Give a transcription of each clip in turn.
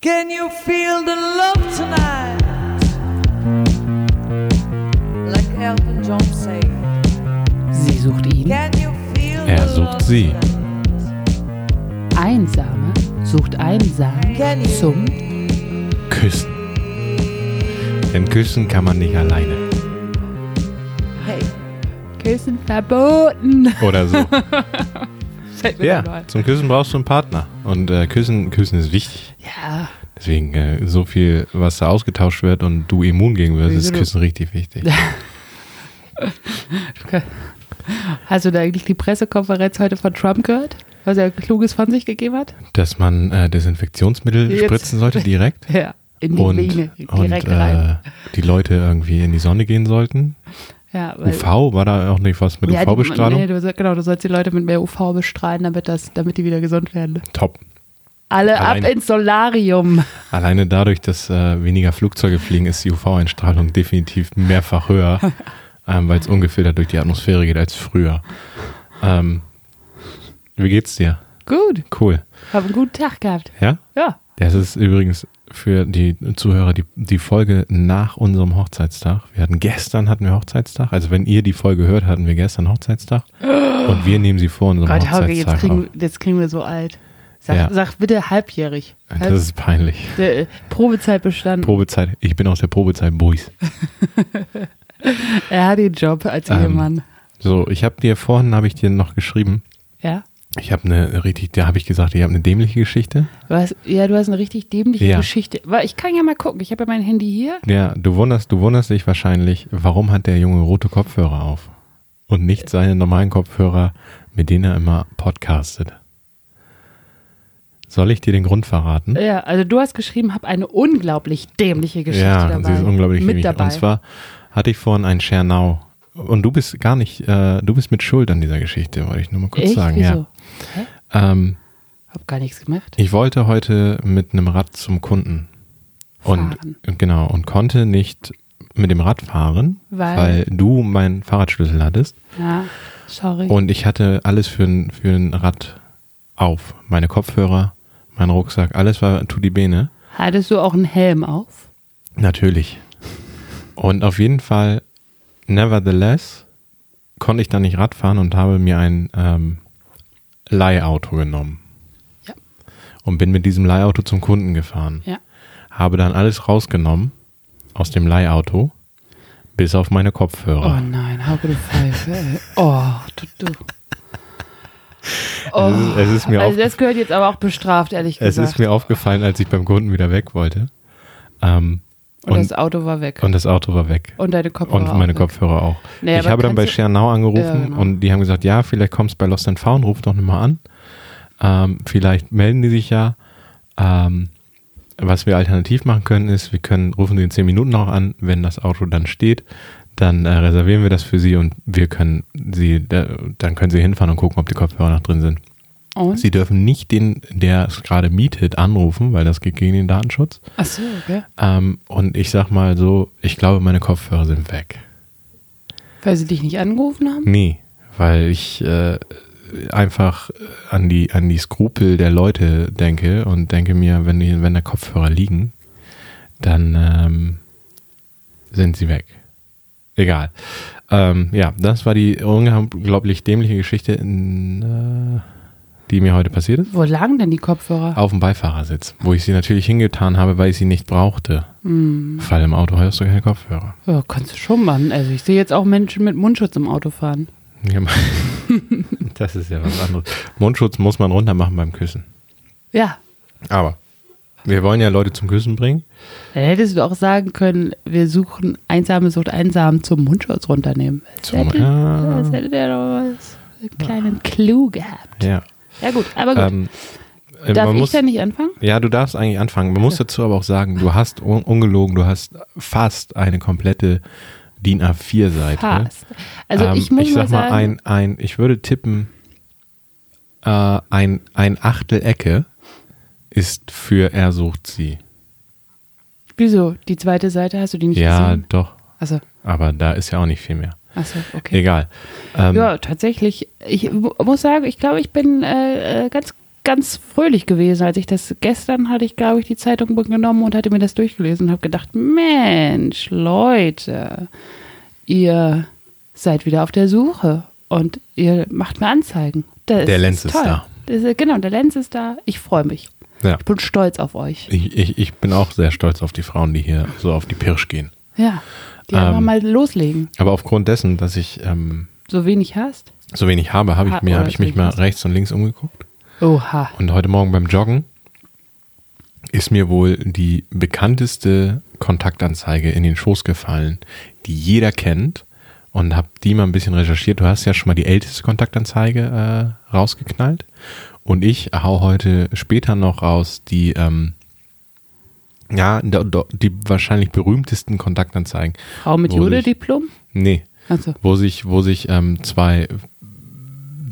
Can you feel the love tonight? Like Elton John said. Sie sucht ihn. Can you feel Er the sucht love sie. tonight? Einsame sucht einsam Can you zum Küssen. Denn küssen kann man nicht alleine. Hey. Küssen verboten. Oder so. Fällt mir gerade ja, ein. zum Küssen brauchst du einen Partner. Und äh, küssen, küssen ist wichtig. Ja. Deswegen, äh, so viel, was da ausgetauscht wird und du immun gegen wirst, Wieso ist du- Küssen richtig wichtig. Hast du da eigentlich die Pressekonferenz heute von Trump gehört? Was er Kluges von sich gegeben hat? Dass man äh, Desinfektionsmittel Jetzt- spritzen sollte direkt. Ja. In die Und, Vene, und direkt rein. äh, die Leute irgendwie in die Sonne gehen sollten. Ja, weil, UV, war da auch nicht was mit ja, die- UV-Bestrahlung? Nee, du, soll- genau, du sollst die Leute mit mehr UV bestrahlen, damit, das, damit die wieder gesund werden. Top. Alle Allein- ab ins Solarium. Alleine dadurch, dass äh, weniger Flugzeuge fliegen, ist die UV-Einstrahlung definitiv mehrfach höher, ähm, weil es ungefiltert durch die Atmosphäre geht als früher. Ähm, wie geht's dir? Gut. Cool. Hab einen guten Tag gehabt. Ja? Ja. Das ist übrigens für die Zuhörer die, die Folge nach unserem Hochzeitstag. Wir hatten gestern hatten wir Hochzeitstag. Also wenn ihr die Folge hört, hatten wir gestern Hochzeitstag. Und wir nehmen sie vor unserem Gott, Hauke, jetzt Hochzeitstag auf. kriegen, jetzt kriegen wir so alt. Sag, Ja. sag bitte halbjährig. Das ist peinlich. Der, äh, Probezeit bestanden. Probezeit. Ich bin aus der Probezeit, Boys. er hat den Job als Ähm. Ehemann. So, ich habe dir vorhin habe ich dir noch geschrieben. Ja. Ich habe eine richtig, da habe ich gesagt, ich habe eine dämliche Geschichte. Was, ja, du hast eine richtig dämliche Ja. Geschichte. Wa- Ich kann ja mal gucken. Ich habe ja mein Handy hier. Ja, du wunderst, du wunderst dich wahrscheinlich, warum hat der Junge rote Kopfhörer auf und nicht seine normalen Kopfhörer, mit denen er immer podcastet. Soll ich dir den Grund verraten? Ja, also du hast geschrieben, habe eine unglaublich dämliche Geschichte ja, dabei. sie ist unglaublich mit dämlich. dabei. Und zwar hatte ich vorhin einen Schernau und du bist gar nicht, äh, du bist mit Schuld an dieser Geschichte, wollte ich nur mal kurz ich? sagen. Wieso? Ja. Ähm, Hab gar nichts gemacht. Ich wollte heute mit einem Rad zum Kunden. Und Fahren. genau, und konnte nicht mit dem Rad fahren, Weil? du meinen Fahrradschlüssel hattest. Ja, sorry. Und ich hatte alles für ein, für ein Rad auf. Meine Kopfhörer, mein Rucksack, alles war to die Bene. Hattest du auch einen Helm auf? Natürlich. Und auf jeden Fall, nevertheless, konnte ich dann nicht Rad fahren und habe mir ein ähm, Leihauto genommen. Ja. Und bin mit diesem Leihauto zum Kunden gefahren. Ja. Habe dann alles rausgenommen aus dem Leihauto, bis auf meine Oh Kopfhörer. nein, Hauke, du Pfeife. ey. Oh, du, du. es, ist, es, ist mir Also auf, das gehört jetzt aber auch bestraft, ehrlich es gesagt. ist mir aufgefallen, als ich beim Kunden wieder weg wollte. Ähm, und, das und, Auto war weg. und das Auto war weg. Und deine Kopfhörer. Und meine auch weg. Kopfhörer auch. Nee, ich aber habe dann bei kannst du- Schernau angerufen Ja, genau. und die haben gesagt, ja, vielleicht kommst du bei Lost and Found, ruf doch nochmal an. Ähm, vielleicht melden die sich ja. Ähm, was wir alternativ machen können, ist, wir können, rufen sie in 10 Minuten noch an, wenn das Auto dann steht, dann äh, reservieren wir das für sie und wir können sie, da, dann können sie hinfahren und gucken, ob die Kopfhörer noch drin sind. Und? Sie dürfen nicht den, der es gerade mietet, anrufen, weil das geht gegen den Datenschutz. Ach so, okay. Ähm, und ich sag mal so, ich glaube, meine Kopfhörer sind weg. Weil sie dich nicht angerufen haben? Nee, weil ich äh, einfach an die, an die Skrupel der Leute denke und denke mir, wenn, die, wenn da Kopfhörer liegen, dann ähm, sind sie weg. Egal. Ähm, ja, das war die unglaublich dämliche Geschichte, in, äh, die mir heute passiert ist. Wo lagen denn die Kopfhörer? Auf dem Beifahrersitz, wo ich sie natürlich hingetan habe, weil ich sie nicht brauchte. Weil im Auto hast du keine Kopfhörer. Ja, kannst du schon machen. Also ich sehe jetzt auch Menschen mit Mundschutz im Auto fahren. Ja, ma- das ist ja was anderes. Mundschutz muss man runter machen beim Küssen. Ja. Aber wir wollen ja Leute zum Küssen bringen. Dann hättest du auch sagen können, wir suchen Einsame sucht Einsamen zum Mundschutz runternehmen. Das Zum- hätte, ja. das hätte der doch was, einen kleinen Clou gehabt. Ja. Ja gut, aber gut. Ähm, äh, Darf man ich muss, da nicht anfangen? ja, du darfst eigentlich anfangen. Man muss dazu aber auch sagen, du hast un ungelogen, du hast fast eine komplette DIN A4-Seite. Passt. Also Ähm, ich muss ich sag mal, sagen, ein, ein, ich würde tippen, äh, ein, ein Achtel Ecke ist für er sucht sie. wieso? Die zweite Seite hast du die nicht Ja, gesehen? doch. Also, Aber da ist ja auch nicht viel mehr. achso, okay. Egal. Ähm, Ja, tatsächlich. Ich mu- muss sagen, ich glaube, ich bin äh, äh, ganz, ganz fröhlich gewesen, als ich das gestern hatte ich, glaube ich, die Zeitung genommen und hatte mir das durchgelesen und habe gedacht, Mensch, Leute, ihr seid wieder auf der Suche und ihr macht mir Anzeigen. Das Der Lenz ist toll. da. Das ist, genau, der Lenz ist da. Ich freue mich. Ja. Ich bin stolz auf euch. Ich, ich, ich bin auch sehr stolz auf die Frauen, die hier so auf die Pirsch gehen. Ja, die Ähm. einfach mal loslegen. Aber aufgrund dessen, dass ich ähm, So wenig hast. so wenig habe, habe ich, Ah, mir, oder habe ich mich mal Dreckast. rechts und links umgeguckt. Oha. Und heute Morgen beim Joggen ist mir wohl die bekannteste Kontaktanzeige in den Schoß gefallen, die jeder kennt. Und habe die mal ein bisschen recherchiert. Du hast ja schon mal die älteste Kontaktanzeige äh, rausgeknallt. Und ich hau heute später noch raus die, ähm, ja, do, do, die wahrscheinlich berühmtesten Kontaktanzeigen. Frau mit Wurde ich- Jodel-Diplom? Nee, Also, wo sich, wo sich ähm, zwei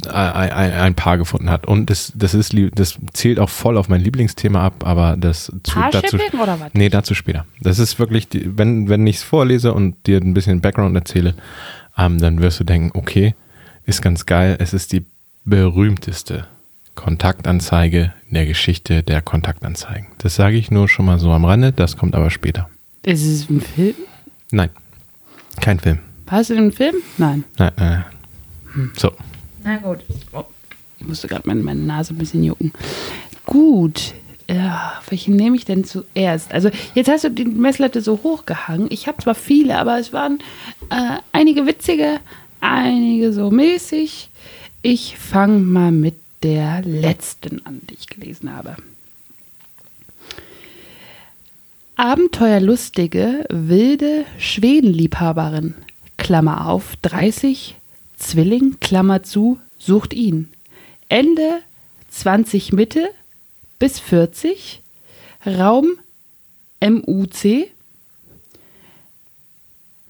äh, ein, ein, ein Paar gefunden hat. Und das, das ist lieb- das zählt auch voll auf mein Lieblingsthema ab, aber das zu, dazu. Paar-Shipping oder was? Nee, dazu später. Das ist wirklich, die, wenn, wenn ich es vorlese und dir ein bisschen Background erzähle, ähm, dann wirst du denken, okay, ist ganz geil, es ist die berühmteste Kontaktanzeige der Geschichte der Kontaktanzeigen. Das sage ich nur schon mal so am Rande, das kommt aber später. Ist es ein Film? Nein, kein Film. Hast du den Film? Nein. Nein, nein, Hm. nein. So, Na gut. Oh, ich musste gerade meine, meine Nase ein bisschen jucken. Gut. Ja, welchen nehme ich denn zuerst? Also jetzt hast du die Messlatte so hochgehangen. Ich habe zwar viele, aber es waren äh, einige witzige, einige so mäßig. Ich fange mal mit der letzten an, die ich gelesen habe. Abenteuerlustige, wilde Schwedenliebhaberin, Klammer auf, 30, Zwilling, Klammer zu, sucht ihn. Ende 20 Mitte bis 40, Raum MUC,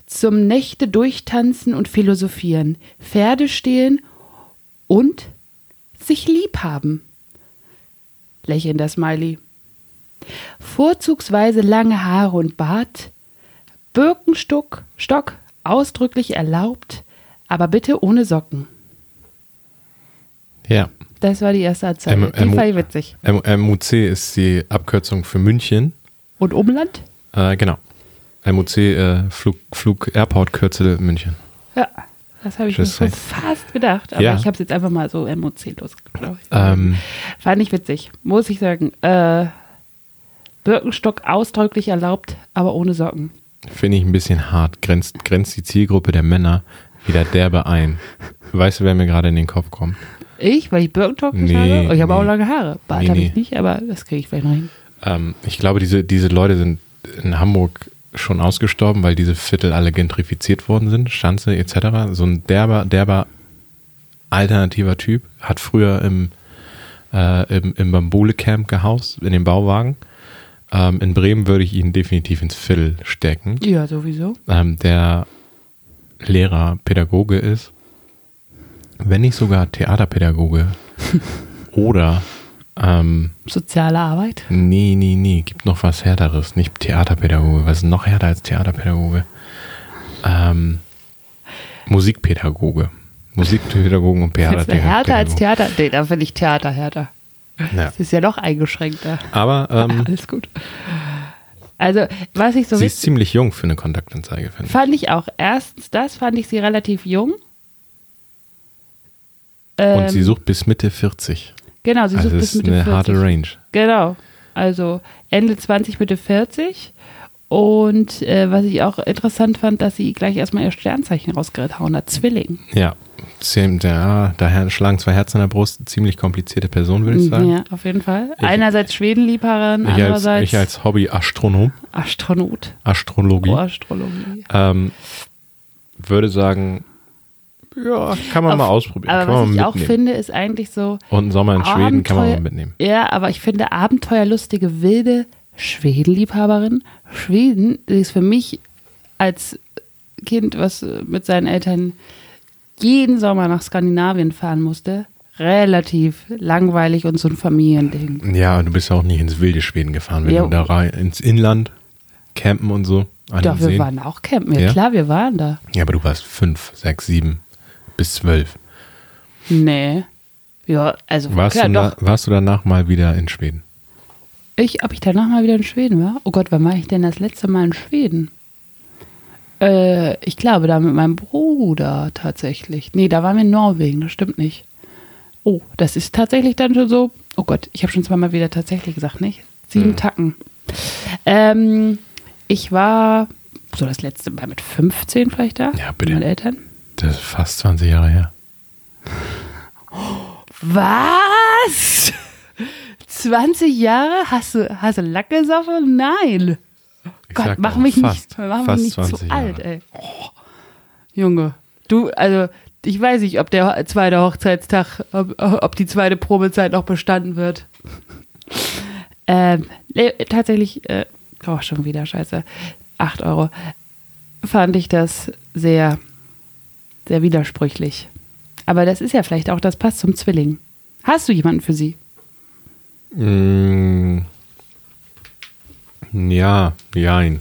zum Nächte durchtanzen und philosophieren, Pferde stehlen und sich lieb haben. Lächelnder Smiley. Vorzugsweise lange Haare und Bart. Birkenstock Stock, ausdrücklich erlaubt, aber bitte ohne Socken. ja. Das war die erste Anzeige. Ähm, die ähm, fand ich witzig. M- MUC ist die Abkürzung für München. Und Umland? Äh, genau. MUC, äh, Flug, Flug Airport Kürzel München. Ja, das habe ich mir Tschüss, schon Rex. fast gedacht. Aber Ja. ich habe es jetzt einfach mal so emotionslos geklaut. Ähm, Fand ich witzig, muss ich sagen. Äh, Birkenstock ausdrücklich erlaubt, aber ohne Socken. Finde ich ein bisschen hart. Grenzt, grenzt die Zielgruppe der Männer wieder derbe ein. Weißt du, wer mir gerade in den Kopf kommt? Ich, weil ich Birkenstock nicht Nee, habe? Ich habe nee. auch lange Haare. Bart Nee, habe nee. ich nicht, aber das kriege ich vielleicht noch hin. Ähm, ich glaube, diese, diese Leute sind in Hamburg schon ausgestorben, weil diese Viertel alle gentrifiziert worden sind, Schanze etc. So ein derber, derber alternativer Typ hat früher im, äh, im, im Bambule-Camp gehaust, in dem Bauwagen. Ähm, in Bremen würde ich ihn definitiv ins Viertel stecken, Ja, sowieso. ähm, der Lehrer, Pädagoge ist, wenn nicht sogar Theaterpädagoge oder ähm, Soziale Arbeit. Nee, nee, nee, gibt noch was härteres. Nicht Theaterpädagoge. Was ist noch härter als Theaterpädagoge? Ähm, Musikpädagoge. Musikpädagogen und Findest du Theaterpädagogen. härter als Theater? Nee, da finde ich Theater härter. Ja. Das ist ja noch eingeschränkter. Aber ähm, Alles gut. Also, was ich so sie witzig ist ziemlich jung für eine Kontaktanzeige, finde ich. fand ich auch. Erstens, das fand ich sie relativ jung. Ähm, Und sie sucht bis Mitte 40. genau, ähm, sie also sucht das bis ist Mitte eine 40. harte Range. Genau. Also Ende 20, Mitte 40. Und äh, was ich auch interessant fand, dass sie gleich erstmal ihr Sternzeichen rausgehauen hat. Zwilling. Ja. Ziem- ja, daher schlagen zwei Herzen in der Brust. Ziemlich komplizierte Person, würde ich sagen. Ja, auf jeden Fall. Ich- einerseits Schwedenliebhaberin, Ich als, andererseits ich als Hobby-Astronom, Astronaut. Astrologie, Oh, Astrologie. ähm, würde sagen, ja, kann man Auf- mal ausprobieren. Aber kann was man ich mal auch mitnehmen. finde, ist eigentlich so. Und einen Sommer in Schweden kann man mal Abenteuer- mitnehmen. Ja, aber ich finde abenteuerlustige, wilde Schwedenliebhaberin. Schweden ist für mich als Kind, was äh, mit seinen Eltern jeden Sommer nach Skandinavien fahren musste, relativ langweilig und so ein Familiending. Ja, du bist ja auch nicht ins wilde Schweden gefahren, wenn Ja. du da rein ins Inland campen und so an Doch, den wir Seen. waren auch campen. Ja, Ja? klar, wir waren da. Ja, aber du warst fünf, sechs, sieben bis zwölf. Nee. Ja, also Warst, klar, du na, doch. warst du danach mal wieder in Schweden? Ich, ob ich danach mal wieder in Schweden war? Oh Gott, wann war ich denn das letzte Mal in Schweden? Äh, ich glaube, da mit meinem Bruder tatsächlich. Nee, da waren wir in Norwegen, das stimmt nicht. Oh, das ist tatsächlich dann schon so. Oh Gott, ich habe schon zweimal wieder tatsächlich gesagt, nicht? Sieben Hm. Tacken. Ähm, ich war so das letzte Mal mit 15 vielleicht da. Ja, bitte. Mit meinen Eltern. Das ist fast 20 Jahre her. Was? 20 Jahre? Hast du, hast du Lack gesoffen? Nein. Ich Gott, sag mach doch, mich nicht, fast, mach fast mich nicht 20 zu Jahre. alt, ey. Oh, Junge, du, also ich weiß nicht, ob der zweite Hochzeitstag, ob, ob die zweite Probezeit noch bestanden wird. ähm, nee, tatsächlich, äh, oh, schon wieder, scheiße, 8 Euro. Fand ich das sehr, sehr widersprüchlich. Aber das ist ja vielleicht auch, das passt zum Zwilling. Hast du jemanden für sie? Mm, ja, jein.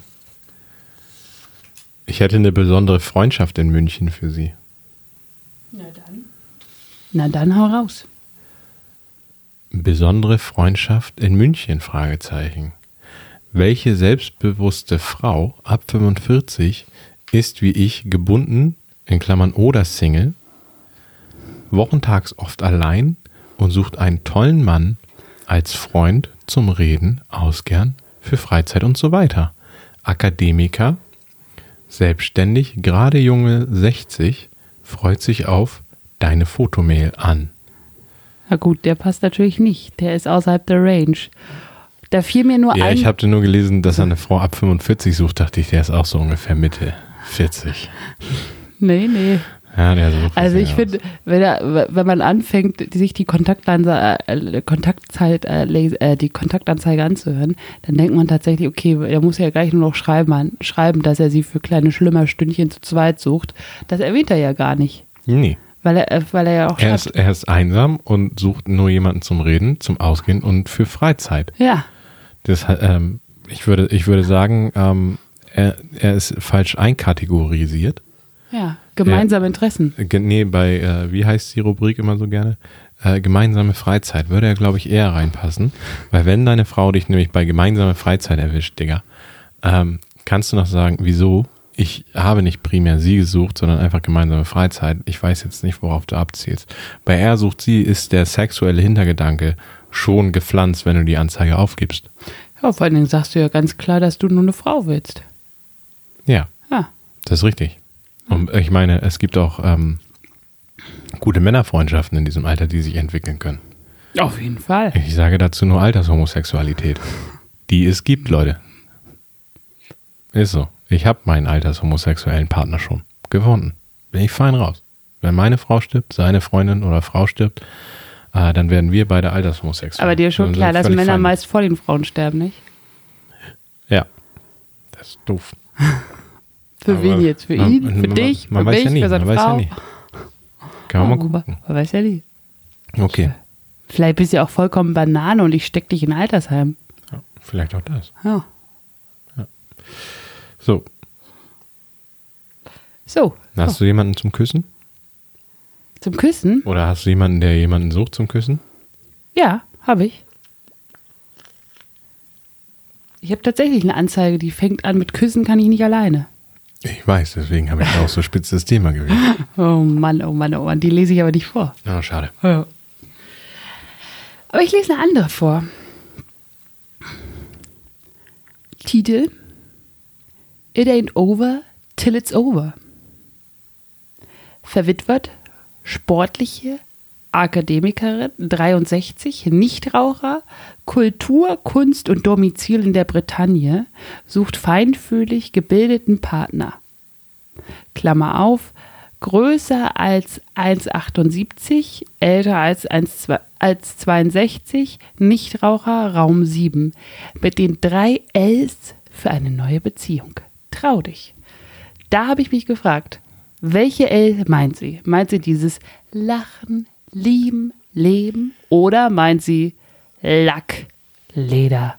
Ich hätte eine besondere Freundschaft in München für sie. Na dann. Na dann hau raus. Besondere Freundschaft in München? Fragezeichen. Welche selbstbewusste Frau ab 45 ist wie ich gebunden, in Klammern oder Single, wochentags oft allein und sucht einen tollen Mann als Freund zum Reden, Ausgern, für Freizeit und so weiter. Akademiker, selbstständig, gerade junge 60, freut sich auf deine Fotomail an. Na gut, der passt natürlich nicht. Der ist außerhalb der Range. Da fiel mir nur Ja, ein. ich habe nur gelesen, dass er eine Frau ab 45 sucht, dachte ich, der ist auch so ungefähr Mitte 40. nee, nee. Ja, der sucht Also ich aus. finde, wenn, er- wenn man anfängt, sich die Kontaktlanze- äh, Kontaktzeit, äh, les- äh, die Kontaktanzeige anzuhören, dann denkt man tatsächlich, okay, er muss ja gleich nur noch schreiben, an- schreiben, dass er sie für kleine schlimmer Stündchen zu zweit sucht. Das erwähnt er ja gar nicht, Nee. weil er, äh, weil er ja auch Er schreibt. ist, er ist einsam und sucht nur jemanden zum Reden, zum Ausgehen und für Freizeit. ja, Das, ähm, ich, würde, ich würde sagen, ähm, er, er ist falsch einkategorisiert. ja, gemeinsame Interessen. Ge- Nee, bei, äh, wie heißt die Rubrik immer so gerne? Äh, gemeinsame Freizeit würde er, glaube ich, eher reinpassen. Weil wenn deine Frau dich nämlich bei gemeinsame Freizeit erwischt, Digga, ähm, kannst du noch sagen, wieso? Ich habe nicht primär sie gesucht, sondern einfach gemeinsame Freizeit. Ich weiß jetzt nicht, worauf du abzielst. Bei er sucht sie ist der sexuelle Hintergedanke schon gepflanzt, wenn du die Anzeige aufgibst. Ja, vor allen Dingen sagst du ja ganz klar, dass du nur eine Frau willst. Ja. Ja. Das ist richtig. Und ich meine, es gibt auch ähm, gute Männerfreundschaften in diesem Alter, die sich entwickeln können. Auf jeden Fall. Ich sage dazu nur Altershomosexualität. Die es gibt, Leute. Ist so. Ich habe meinen altershomosexuellen Partner schon gefunden. Bin ich fein raus. Wenn meine Frau stirbt, seine Freundin oder Frau stirbt, äh, dann werden wir beide altershomosexuell. Aber dir ist schon Dann sind klar, dass völlig Männer fein. meist vor den Frauen sterben, nicht? Ja. Das ist doof. Für Aber wen jetzt? Für man- ihn? man- für man- dich? Man für weiß mich? ja nie. für seine Man weiß Frau? ja nie. Kann man mal Oh, gucken. Man weiß ja nie. Okay. Vielleicht bist du ja auch vollkommen Banane und ich steck dich in ein Altersheim. Ja, vielleicht auch das. Ja. So, So, hast du jemanden zum Küssen? zum Küssen? Oder hast du jemanden, der jemanden sucht zum Küssen? Ja, habe ich. Ich habe tatsächlich eine Anzeige, die fängt an mit Küssen kann ich nicht alleine. Ich weiß, deswegen habe ich da auch so spitzes Thema gewählt. Oh Mann, oh Mann, oh Mann, die lese ich aber nicht vor. Ah, schade. Ja. Aber ich lese eine andere vor. Titel It ain't over till it's over. Verwitwet, sportliche Akademikerin, 63, Nichtraucher, Kultur, Kunst und Domizil in der Bretagne, sucht feinfühlig gebildeten Partner. Klammer auf, größer als 1,78, älter als, 1, als 62, Nichtraucher, Raum 7. Mit den drei Ls für eine neue Beziehung. Trau dich. Da habe ich mich gefragt, welche L meint sie? Meint sie dieses Lachen, Lieben, Leben oder meint sie Lack, Leder,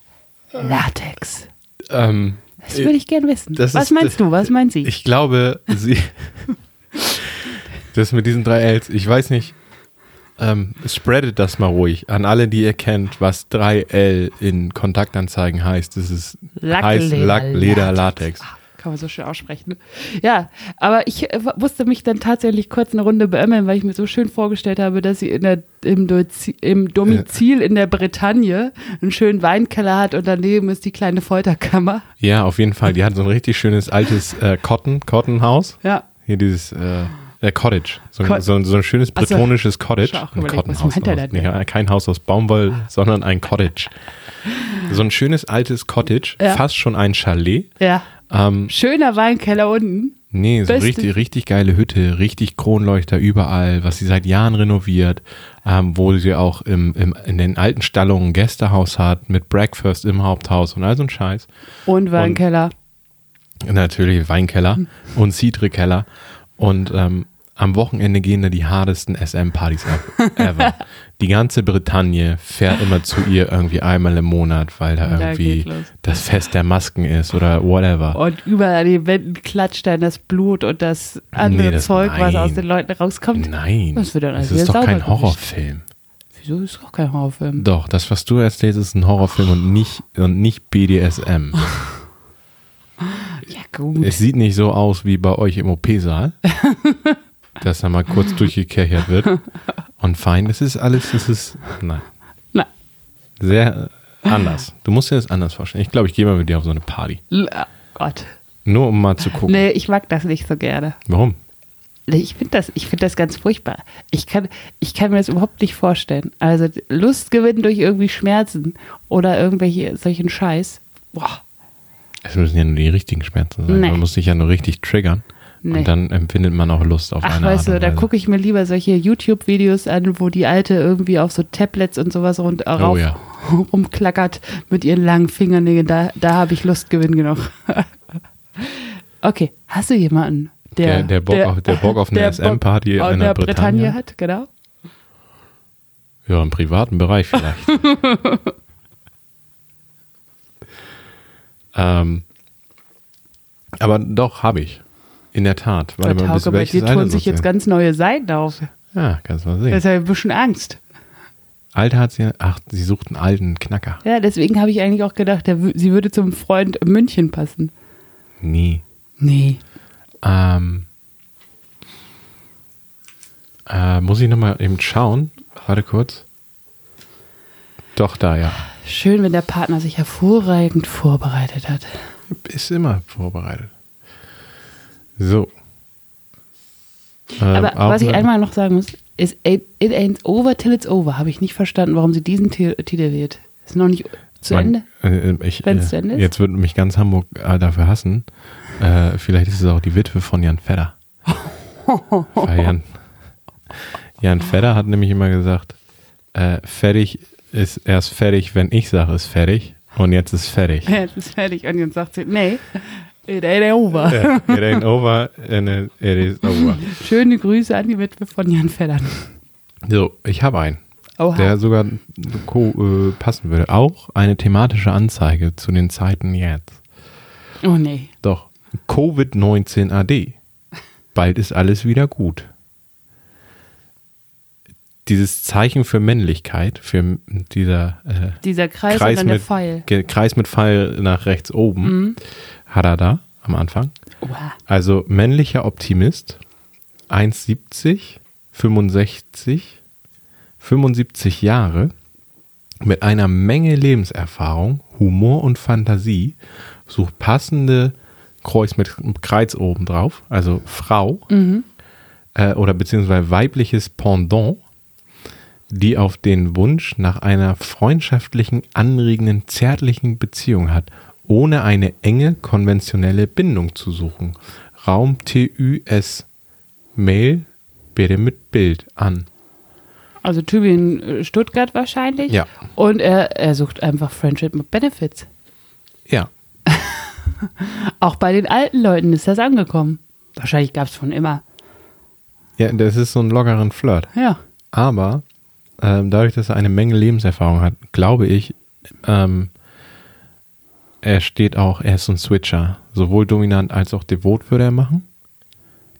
Ah. Latex? Ähm, Das würde ich gern wissen. das Was ist- äh, meinst du? Was meint sie? ich glaube, sie. das mit diesen drei Ls, ich weiß nicht. Ähm, spreadet das mal ruhig an alle, die ihr kennt, was 3L in Kontaktanzeigen heißt. Das ist Lack, heißt Leder, Lack, Leder, Latex. Ah, Kann man so schön aussprechen. ne? Ja, aber ich äh, musste mich dann tatsächlich kurz eine Runde beömmeln, weil ich mir so schön vorgestellt habe, dass sie in der, im, Dozi, im Domizil in der Bretagne einen schönen Weinkeller hat und daneben ist die kleine Folterkammer. Ja, auf jeden Fall. Die hat so ein richtig schönes altes äh, Cotton, Cotton-Haus. Ja. Hier dieses äh, äh, Cottage. So, ein- Cot- so, ein- so ein schönes Ach so. bretonisches Cottage. Ich hab auch Ein überlegt, was Cottonhaus meint er draus. denn? Ah. Nee, ja, kein Haus aus Baumwoll, sondern ein Cottage. So ein schönes altes Cottage, Ja. fast schon ein Chalet. Ja. Ähm, Schöner Weinkeller unten. nee, so Beste- richtig, richtig geile Hütte, richtig Kronleuchter überall, was sie seit Jahren renoviert, ähm, wo sie auch im, im, in den alten Stallungen ein Gästehaus hat, mit Breakfast im Haupthaus und all so ein Scheiß. Und Weinkeller. Natürlich Weinkeller Hm. und Cidre-Keller. Und ähm, am Wochenende gehen da die hartesten SM-Partys ab. Ever. die ganze Bretagne fährt immer zu ihr irgendwie einmal im Monat, weil da Da irgendwie geht los. das Fest der Masken ist oder whatever. Und überall an den Wänden klatscht dann das Blut und das andere Nee, das- Zeug, was nein. aus den Leuten rauskommt. Nein, Das wird also dann alles das ist wieder doch sauber kein gewischt. Horrorfilm. Wieso ist auch kein Horrorfilm? Doch, das, was du erzählst, ist ein Horrorfilm und nicht, und nicht BDSM. Ja, gut. Es sieht nicht so aus wie bei euch im OP-Saal, dass da mal kurz durchgekerchert wird. Und fein, das ist alles, das ist, nein, Na, sehr äh, anders. Du musst dir das anders vorstellen. Ich glaube, ich gehe mal mit dir auf so eine Party. l- ah, Gott. Nur um mal zu gucken. Nee, ich mag das nicht so gerne. Warum? Nee, Ich finde das, ich find das ganz furchtbar. Ich kann, ich kann mir das überhaupt nicht vorstellen. Also Lust gewinnen durch irgendwie Schmerzen oder irgendwelche solchen Scheiß. Boah, Es müssen ja nur die richtigen Schmerzen sein. Nee. Man muss sich ja nur richtig triggern. Nee. Und dann empfindet man auch Lust auf ach eine weißt Art du, und da Weise. gucke ich mir lieber solche YouTube-Videos an, wo die Alte irgendwie auf so Tablets und sowas rund, äh, rauf, Oh ja. rumklackert mit ihren langen Fingernägeln. Da, da habe ich Lustgewinn genug. okay, hast du jemanden, der Der- der Bock auf- der Bock auf eine der SM -Party Bock auf in der Bretagne? hat? Genau. Ja, im privaten Bereich vielleicht. ähm, aber doch, habe ich. In der Tat. Warte Gott, mal, bis Hauke, bei welche dir Seite tun sich soll jetzt sein? ganz neue Seiten auf. Ja, kannst mal Das sehen. habe ich ein bisschen Angst. Alter hat sie. Ach, sie sucht einen alten Knacker. Ja, deswegen habe ich eigentlich auch gedacht, der, wü- sie würde zum Freund München passen. Nee. Nee. Ähm, äh, muss ich nochmal eben schauen? Warte kurz. Doch, da, ja. Schön, wenn der Partner sich hervorragend vorbereitet hat. Ist immer vorbereitet. So. Aber Ähm, auch was ich eine- einmal noch sagen muss, ist It it ain't over till it's over. Habe ich nicht verstanden, warum sie diesen Ti- Titel wählt. Ist noch nicht zu Man- Ende. Äh, ich, Wenn's äh, zu Ende ist? Jetzt wird mich ganz Hamburg äh, dafür hassen. Äh, vielleicht ist es auch die Witwe von Jan Fedder. Weil Jan, Jan Fedder hat nämlich immer gesagt, äh, fertig ist erst fertig, wenn ich sage, ist fertig. Und jetzt ist fertig. It Jetzt ist fertig. Und jetzt sagt sie, nee, it ain't over. ain't over, and it is over. Schöne Grüße an die Witwe von Jan Fellern. So, ich habe einen, Oha. der sogar ko- äh, passen würde. Auch eine thematische Anzeige zu den Zeiten jetzt. oh nee. Doch. Covid-19 AD. Bald ist alles wieder gut. Dieses Zeichen für Männlichkeit, für m- dieser äh, Dieser Kreis, Kreis, und dann der mit, Pfeil. Mhm. Ge- Kreis mit Pfeil nach rechts oben, hat er da am Anfang. Oha. Also männlicher Optimist, 1,70, 65, 75 Jahre, mit einer Menge Lebenserfahrung, Humor und Fantasie, sucht passende Kreuz mit Kreuz oben drauf, also Frau äh, oder beziehungsweise weibliches Pendant, die auf den Wunsch nach einer freundschaftlichen, anregenden, zärtlichen Beziehung hat, ohne eine enge, konventionelle Bindung zu suchen. Raum TÜS. Mail bitte mit Bild an. Also Tübingen, äh, Stuttgart wahrscheinlich. Ja. Und er, er sucht einfach Friendship mit Benefits. Ja, Auch bei den alten Leuten ist das angekommen. Wahrscheinlich gab es von immer. ja das ist so ein lockeren Flirt. Ja. Aber ähm, dadurch, dass er eine Menge Lebenserfahrung hat, glaube ich, ähm, er steht auch, er ist so ein Switcher. Sowohl dominant als auch devot würde er machen.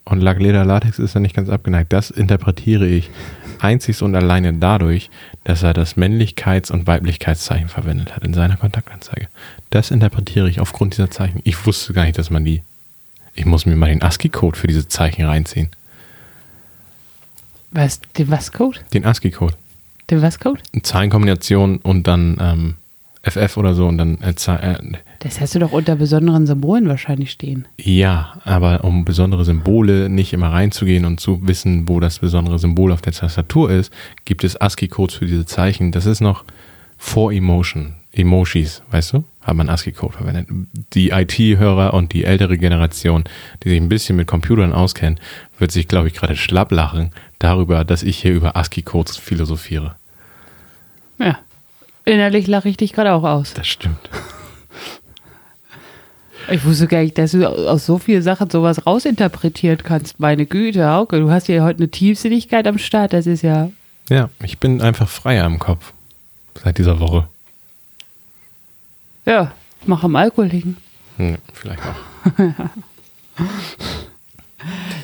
Und Lack, Leder, Latex ist ja nicht ganz abgeneigt. Das interpretiere ich einzig und alleine dadurch, dass er das Männlichkeits- und Weiblichkeitszeichen verwendet hat in seiner Kontaktanzeige. Das interpretiere ich aufgrund dieser Zeichen. Ich wusste gar nicht, dass man die. Ich muss mir mal den ASCII-Code für diese Zeichen reinziehen. Was, den was Code? Den ASCII-Code. Den was Code? Zahlenkombination und dann ähm, FF oder so und dann äh, Zahl- äh, Das hast du doch unter besonderen Symbolen wahrscheinlich stehen. Ja, aber um besondere Symbole nicht immer reinzugehen und zu wissen, wo das besondere Symbol auf der Tastatur ist, gibt es ASCII-Codes für diese Zeichen. Das ist noch vor Emotion. Emojis, weißt du? Hat man ASCII-Code verwendet. Die IT-Hörer und die ältere Generation, die sich ein bisschen mit Computern auskennen, wird sich, glaube ich, gerade schlapp lachen darüber, dass ich hier über ASCII-Codes philosophiere. Ja. Innerlich lache ich dich gerade auch aus. Das stimmt. Ich wusste gar nicht, dass du aus so vielen Sachen sowas rausinterpretieren kannst. Meine Güte, Hauke, du hast ja heute eine Tiefsinnigkeit am Start. Das ist ja. Ja, ich bin einfach freier im Kopf seit dieser Woche. Ja, mach am Alkohol liegen. Hm, vielleicht auch.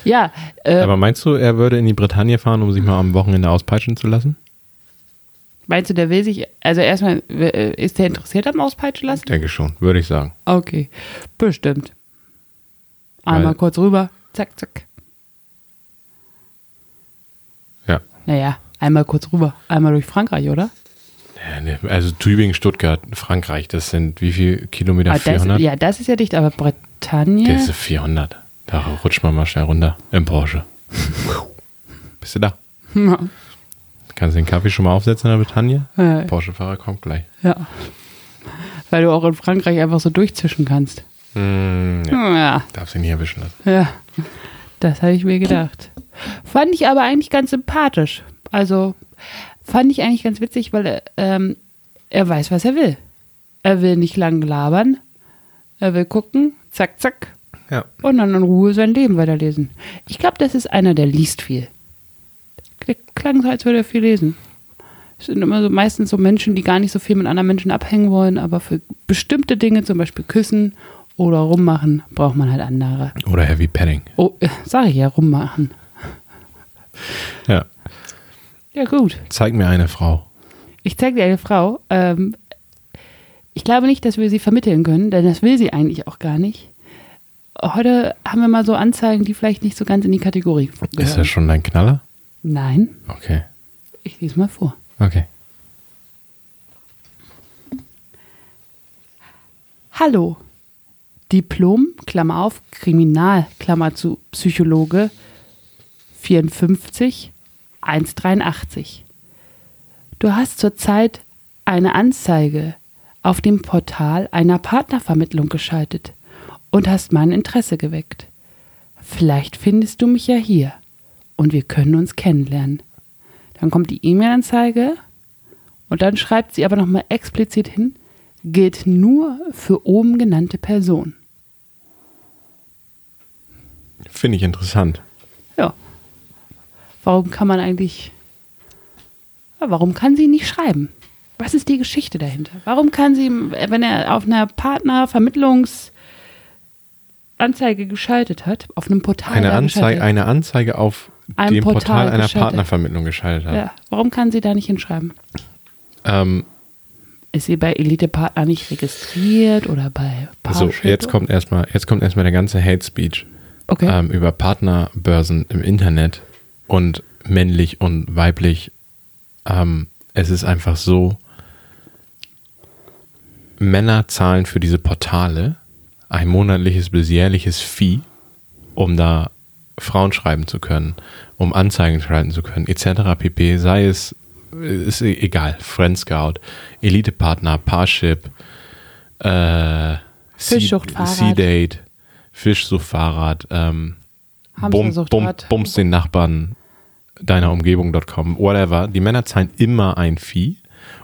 Ja, äh, Aber meinst du, er würde in die Bretagne fahren, um sich mal am Wochenende auspeitschen zu lassen? meinst du, der will sich. Also, erstmal, äh, ist der interessiert am Auspeitschen lassen? Denke schon, würde ich sagen. Okay, bestimmt. Einmal Weil- kurz rüber. Zack, zack. Ja. Naja, einmal kurz rüber. Einmal durch Frankreich, oder? Also Tübingen, Stuttgart, Frankreich, das sind wie viel Kilometer? Ah, das, 400? ja, das ist ja dicht, aber Bretagne. Das sind 400. Da rutscht man mal schnell runter im Porsche. Bist du da? Kannst du den Kaffee schon mal aufsetzen in der Bretagne? Ja. Porsche-Fahrer kommt gleich. Ja. Weil du auch in Frankreich einfach so durchzischen kannst. ja. Darfst ihn nicht erwischen lassen. ja, Das habe ich mir gedacht. Fand ich aber eigentlich ganz sympathisch. Also fand ich eigentlich ganz witzig, weil er, ähm, er weiß, was er will. Er will nicht lang labern. Er will gucken, zack, zack. Ja. Und dann in Ruhe sein Leben weiterlesen. Ich glaube, das ist einer, der liest viel. Der klang so, als würde er viel lesen. Es sind immer so meistens so Menschen, die gar nicht so viel mit anderen Menschen abhängen wollen, aber für bestimmte Dinge, zum Beispiel küssen oder rummachen, braucht man halt andere. Oder Heavy Padding. Oh, äh, sag ich ja, rummachen. Ja. Ja, gut. Zeig mir eine Frau. Ich zeig dir eine Frau. Ähm, ich glaube nicht, dass wir sie vermitteln können, denn das will sie eigentlich auch gar nicht. Heute haben wir mal so Anzeigen, die vielleicht nicht so ganz in die Kategorie gehören. Ist das schon dein Knaller? Nein, Okay. ich lese mal vor. Okay. Hallo. Diplom, Klammer auf, Kriminal, Klammer zu, Psychologe 54 183. Du hast zurzeit eine Anzeige auf dem Portal einer Partnervermittlung geschaltet und hast mein Interesse geweckt. Vielleicht findest du mich ja hier und wir können uns kennenlernen. Dann kommt die E-Mail-Anzeige und dann schreibt sie aber nochmal explizit hin, gilt nur für oben genannte Person. Finde ich interessant. Ja. Warum kann man eigentlich. Ja, warum kann sie nicht schreiben? Was ist die Geschichte dahinter? Warum kann sie, wenn er auf einer Partnervermittlungsanzeige geschaltet hat, auf einem Portal eine da Anzeige, geschaltet eine Anzeige auf Ein dem Portal Portal einer geschaltet. Partnervermittlung geschaltet hat, hat. ja, warum kann sie da nicht hinschreiben? Ähm, Ist sie bei Elite Partner nicht registriert oder bei so, Parship? Also, jetzt kommt erstmal, jetzt kommt erstmal der ganze Hate Speech Okay. ähm, über Partnerbörsen im Internet und männlich und weiblich. Ähm, es ist einfach so, Männer zahlen für diese Portale ein monatliches bis jährliches Fee, um da Frauen schreiben zu können, um Anzeigen schalten zu können, etc. pp. Sei es, ist e-, egal, Friend Scout, Elitepartner, Parship, äh, Sea- Fischzuchtfahrrad. Sea-Date, Fischsuchtfahrrad, ähm, bum, Hamstersucht bum, hat. bums den Nachbarn deiner Umgebung.com, whatever. Die Männer zahlen immer ein Fee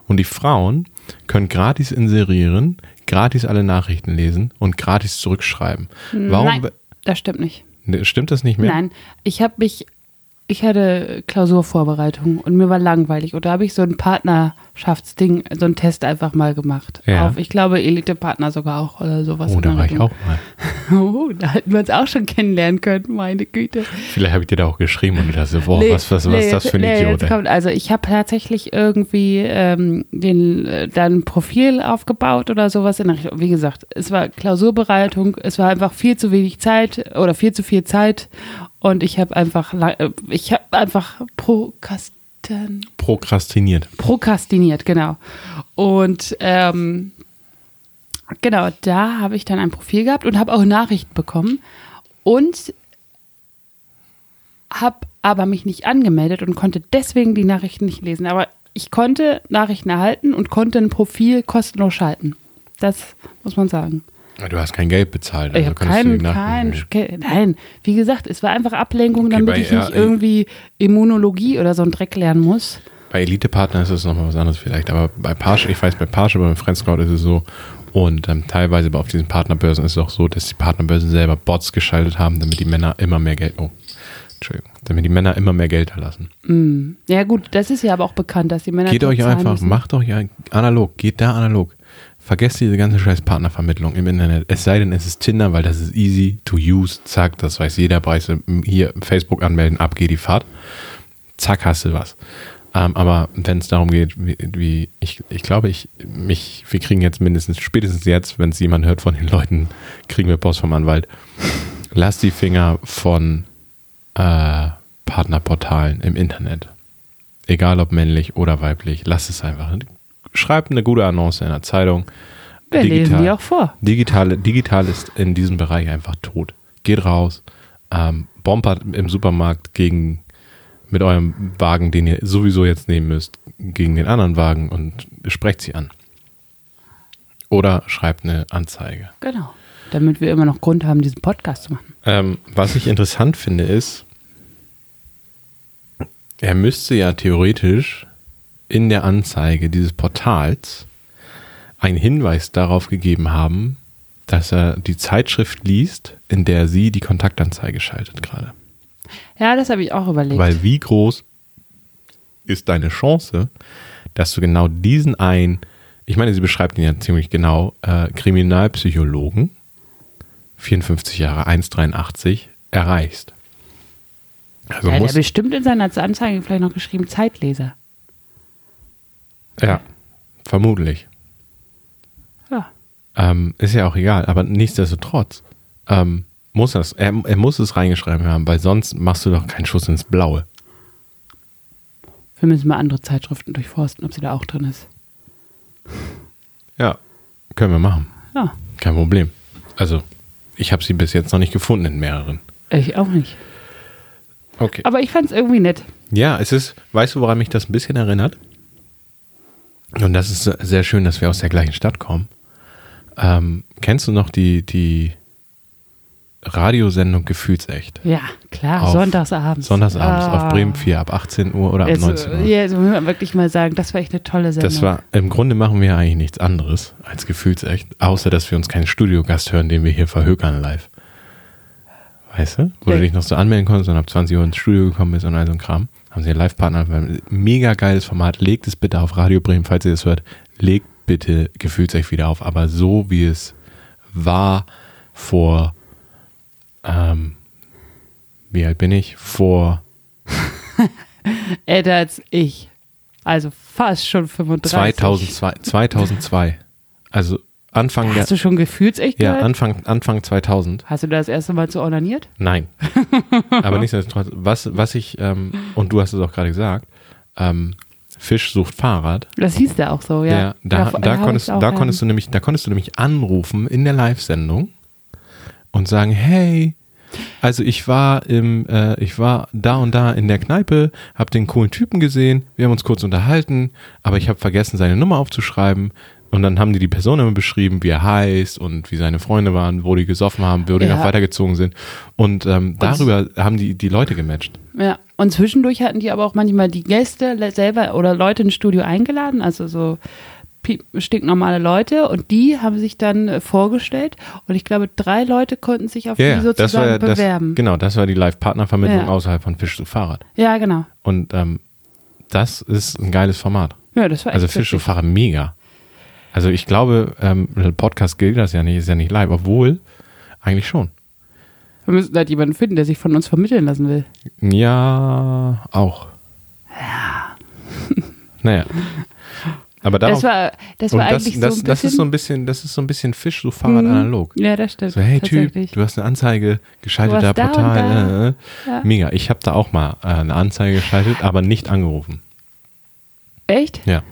und die Frauen können gratis inserieren, gratis alle Nachrichten lesen und gratis zurückschreiben. Warum? Hm, Nein, das stimmt nicht. Ne, Stimmt das nicht mehr? Nein, ich habe mich, ich hatte Klausurvorbereitung und mir war langweilig und da habe ich so ein Partnerschaftsding, so einen Test einfach mal gemacht. Ja. Auf, ich glaube, Elite-Partner sogar auch oder sowas. Oh, in da der war ich Richtung. auch mal. Oh, da hätten wir uns auch schon kennenlernen können, meine Güte. Vielleicht habe ich dir da auch geschrieben und ich dachte, boah, Nee, was, was, was nee, ist das für ein nee, Idiot? jetzt ey? Kommt, also ich habe tatsächlich irgendwie ähm, den, äh, dann ein Profil aufgebaut oder sowas. In der Richtung. Wie gesagt, es war Klausurbereitung, es war einfach viel zu wenig Zeit oder viel zu viel Zeit und ich habe einfach, la- äh, ich habe einfach prokrastin, Prokrastiniert. prokrastiniert, genau. Und ähm, genau, da habe ich dann ein Profil gehabt und habe auch Nachrichten bekommen und habe aber mich nicht angemeldet und konnte deswegen die Nachrichten nicht lesen. Aber ich konnte Nachrichten erhalten und konnte ein Profil kostenlos schalten. Das muss man sagen. Du hast kein Geld bezahlt. also ich habe konntest du keinen, die Nachrichten kein, kein, nein, wie gesagt, es war einfach Ablenkung, damit bei ich nicht RAI irgendwie Immunologie oder so einen Dreck lernen muss. Bei Elite-Partner ist es nochmal was anderes vielleicht, aber bei Parsch, ich weiß, bei Parsch, aber beim Friendscout ist es so und ähm, teilweise auf diesen Partnerbörsen ist es auch so, dass die Partnerbörsen selber Bots geschaltet haben, damit die Männer immer mehr Geld, oh, Entschuldigung, damit die Männer immer mehr Geld erlassen. Ja gut, das ist ja aber auch bekannt, dass die Männer geht Geld euch zahlen einfach, müssen. macht euch ein- analog, geht da analog. Vergesst diese ganze scheiß Partnervermittlung im Internet. Es sei denn, es ist Tinder, weil das ist easy to use. Zack, das weiß jeder. Preis hier Facebook anmelden, ab geht die Fahrt. Zack, hast du was. Ähm, aber wenn es darum geht, wie, wie ich, ich glaube, ich, mich, wir kriegen jetzt mindestens, spätestens jetzt, wenn es jemand hört von den Leuten, kriegen wir Post vom Anwalt. Lasst die Finger von äh, Partnerportalen im Internet. Egal ob männlich oder weiblich, lasst es einfach. Schreibt eine gute Annonce in der Zeitung. Wir lesen die auch vor. Digitale, digital ist in diesem Bereich einfach tot. Geht raus, ähm, bombert im Supermarkt gegen mit eurem Wagen, den ihr sowieso jetzt nehmen müsst, gegen den anderen Wagen und sprecht sie an. Oder schreibt eine Anzeige. Genau. Damit wir immer noch Grund haben, diesen Podcast zu machen. Ähm, was ich interessant finde, ist, er müsste ja theoretisch in der Anzeige dieses Portals einen Hinweis darauf gegeben haben, dass er die Zeitschrift liest, in der sie die Kontaktanzeige schaltet gerade. Ja, das habe ich auch überlegt. Weil wie groß ist deine Chance, dass du genau diesen einen, ich meine, sie beschreibt ihn ja ziemlich genau, äh, Kriminalpsychologen, 54 Jahre, 1,83, erreichst. Also ja, der hat muss, bestimmt in seiner Anzeige vielleicht noch geschrieben Zeitleser. ja, vermutlich. Ja. Ähm, ist ja auch egal, aber nichtsdestotrotz ähm, muss das, er, er muss es reingeschrieben haben, weil sonst machst du doch keinen Schuss ins Blaue. Wir müssen mal andere Zeitschriften durchforsten, ob sie da auch drin ist. Ja, können wir machen. Ja, Kein Problem. Also, ich habe sie bis jetzt noch nicht gefunden in mehreren. ich auch nicht. Okay. Aber ich fand es irgendwie nett. Ja, es ist, weißt du, woran mich das ein bisschen erinnert? Und das ist sehr schön, dass wir aus der gleichen Stadt kommen. Ähm, kennst du noch die, die Radiosendung Gefühlsecht? Ja, klar, Auf- sonntagsabends. Sonntagsabends Ah. auf Bremen 4 ab 18 Uhr oder ab Jetzt, 19 Uhr. Ja, jetzt muss man wirklich mal sagen, das war echt eine tolle Sendung. Das war, im Grunde machen wir eigentlich nichts anderes als Gefühlsecht, außer dass wir uns keinen Studiogast hören, den wir hier verhökern live. Weißt du? Wo du Ja. dich noch so anmelden konntest und ab 20 Uhr ins Studio gekommen bist und all so ein Kram. Haben sie einen Live-Partner. Mega geiles Format. Legt es bitte auf Radio Bremen, falls ihr das hört. Legt bitte Gefühlsecht wieder auf, aber so wie es war vor, ähm, wie alt bin ich? Vor älter als Äh, ich. Also fast schon 35. 2002, 2002. Also Anfang der, Hast du schon gefühlsecht Ja, gehört? Anfang, Anfang 2000. Hast du da das erste Mal zu ordiniert? Nein. Aber nichtsdestotrotz, was, was ich, ähm, und du hast es auch gerade gesagt, ähm, Fisch sucht Fahrrad. Das hieß der auch so, ja. Ja, da, Davor- da, hab konntest, ich's auch, da, ähm, konntest du nämlich, da konntest du nämlich anrufen in der Live-Sendung und sagen, hey, also ich war im, äh, ich war da und da in der Kneipe, hab den coolen Typen gesehen, wir haben uns kurz unterhalten, aber ich habe vergessen, seine Nummer aufzuschreiben. Und dann haben die die Person immer beschrieben, wie er heißt und wie seine Freunde waren, wo die gesoffen haben, wo die Ja. noch weitergezogen sind. Und ähm, darüber haben die, die Leute gematcht. Ja, und zwischendurch hatten die aber auch manchmal die Gäste le- selber oder Leute ins Studio eingeladen, also so piep- stinknormale Leute und die haben sich dann äh, vorgestellt und ich glaube, drei Leute konnten sich auf Ja, die ja, das war sozusagen ja das, bewerben. genau, das war die Live-Partner-Vermittlung Ja. außerhalb von Fisch zu Fahrrad. ja, genau. Und ähm, das ist ein geiles Format. Ja, das war Also echt Fisch und witzig. Fahrer mega. Also ich glaube, ähm, Podcast gilt das ja nicht, ist ja nicht live, obwohl Eigentlich schon. Wir müssen halt jemanden finden, der sich von uns vermitteln lassen will. Ja, auch. Ja. Naja. Aber darauf, das war, das war und das, eigentlich das, so ein bisschen. Mhm. das ist so ein bisschen, das ist so ein bisschen Fisch, so Fahrrad analog. ja, das stimmt. So, hey Typ, tatsächlich. du hast eine Anzeige geschaltet, Du da warst da und Portal. da. Äh, Ja. Mega, ich habe da auch mal äh, eine Anzeige geschaltet, aber nicht angerufen. Echt? Ja,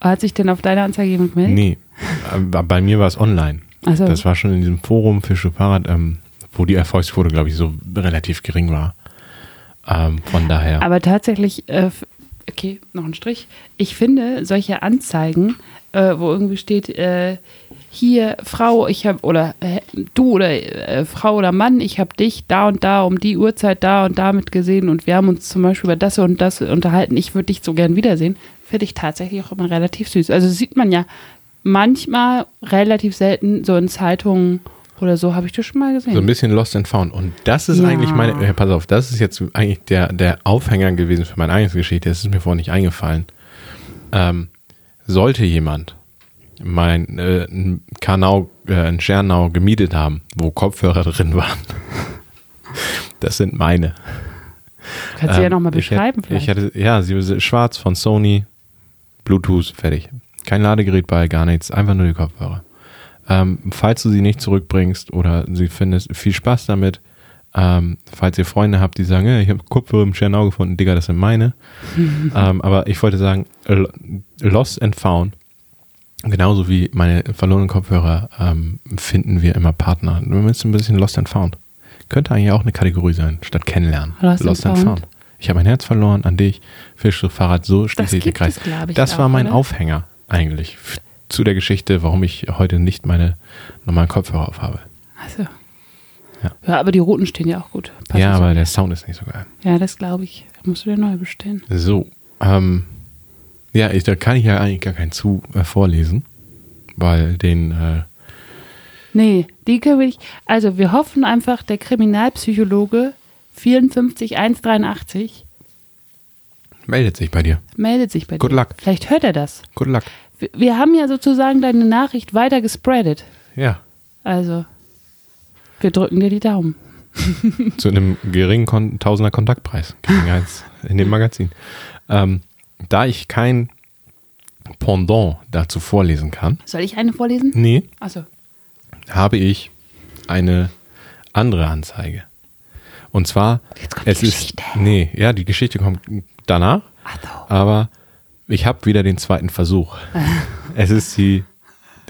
Hat sich denn auf deine Anzeige jemand gemeldet? nee, Äh, bei mir war es online. Ach so. Das war schon in diesem Forum Fisch und Fahrrad, ähm, wo die Erfolgsquote, glaube ich, so relativ gering war. Ähm, von daher. Aber tatsächlich, äh, f- okay, noch ein Strich. Ich finde solche Anzeigen, äh, wo irgendwie steht, äh, hier Frau, ich habe oder äh, du oder äh, Frau oder Mann, ich habe dich da und da um die Uhrzeit da und damit gesehen und wir haben uns zum Beispiel über das und das unterhalten. Ich würde dich so gern wiedersehen. Finde ich tatsächlich auch immer relativ süß. Also sieht man ja manchmal relativ selten so in Zeitungen oder so habe ich das schon mal gesehen. So ein bisschen Lost and Found. Und das ist Ja. eigentlich meine, äh, pass auf, das ist jetzt eigentlich der, der Aufhänger gewesen für meine eigene Geschichte. Das ist mir vorhin nicht eingefallen. Ähm, sollte jemand mein äh, n Kanau, äh, in Schernau gemietet haben, wo Kopfhörer drin waren, das sind meine. Kannst du ja Ähm, nochmal ich hätt- beschreiben vielleicht. Ich hatte, ja, sie sind schwarz von Sony, Bluetooth, fertig. Kein Ladegerät bei, gar nichts, einfach nur die Kopfhörer. Ähm, falls du sie nicht zurückbringst oder sie findest, viel Spaß damit. Ähm, falls ihr Freunde habt, die sagen, "Ey, ich habe Kopfhörer im Schernau gefunden, Digga, das sind meine. ähm, aber ich wollte sagen, l- Lost and Found, genauso wie meine verlorenen Kopfhörer, ähm, finden wir immer Partner. Wir müssen ein bisschen Lost and Found. Könnte eigentlich auch eine Kategorie sein, statt kennenlernen. Lost and Found. Ich habe mein Herz verloren an dich, Fisch, so Fahrrad, so schließt Das sich der gibt Kreis. es, glaub ich, das auch, war mein oder? Aufhänger eigentlich f- zu der Geschichte, warum ich heute nicht meine normalen Kopfhörer aufhabe. Also. Ja. Ja. aber die roten stehen ja auch gut. Passt ja, das? aber der Sound ist nicht so geil. ja, das glaube ich. Da musst du dir neu bestellen. So, ähm, ja, ich, da kann ich ja eigentlich gar keinen zu äh, vorlesen, weil den, äh, Nee, die können wir nicht. Also wir hoffen einfach, der Kriminalpsychologe 54183 meldet sich bei dir. meldet sich bei Good dir. luck. Vielleicht hört er das. Good luck. Wir, wir haben ja sozusagen deine Nachricht weiter gespreadet. Ja, Also, wir drücken dir die Daumen. zu einem geringen Kon Tausender Kontaktpreis gegen eins in dem Magazin. Ähm, da ich kein Pendant dazu vorlesen kann, Soll ich eine vorlesen? Also. nee, Achso. habe ich eine andere Anzeige. Und zwar, Jetzt kommt die es ist, Geschichte. nee, ja, die Geschichte kommt danach, Achso. aber ich habe wieder den zweiten Versuch. es ist die,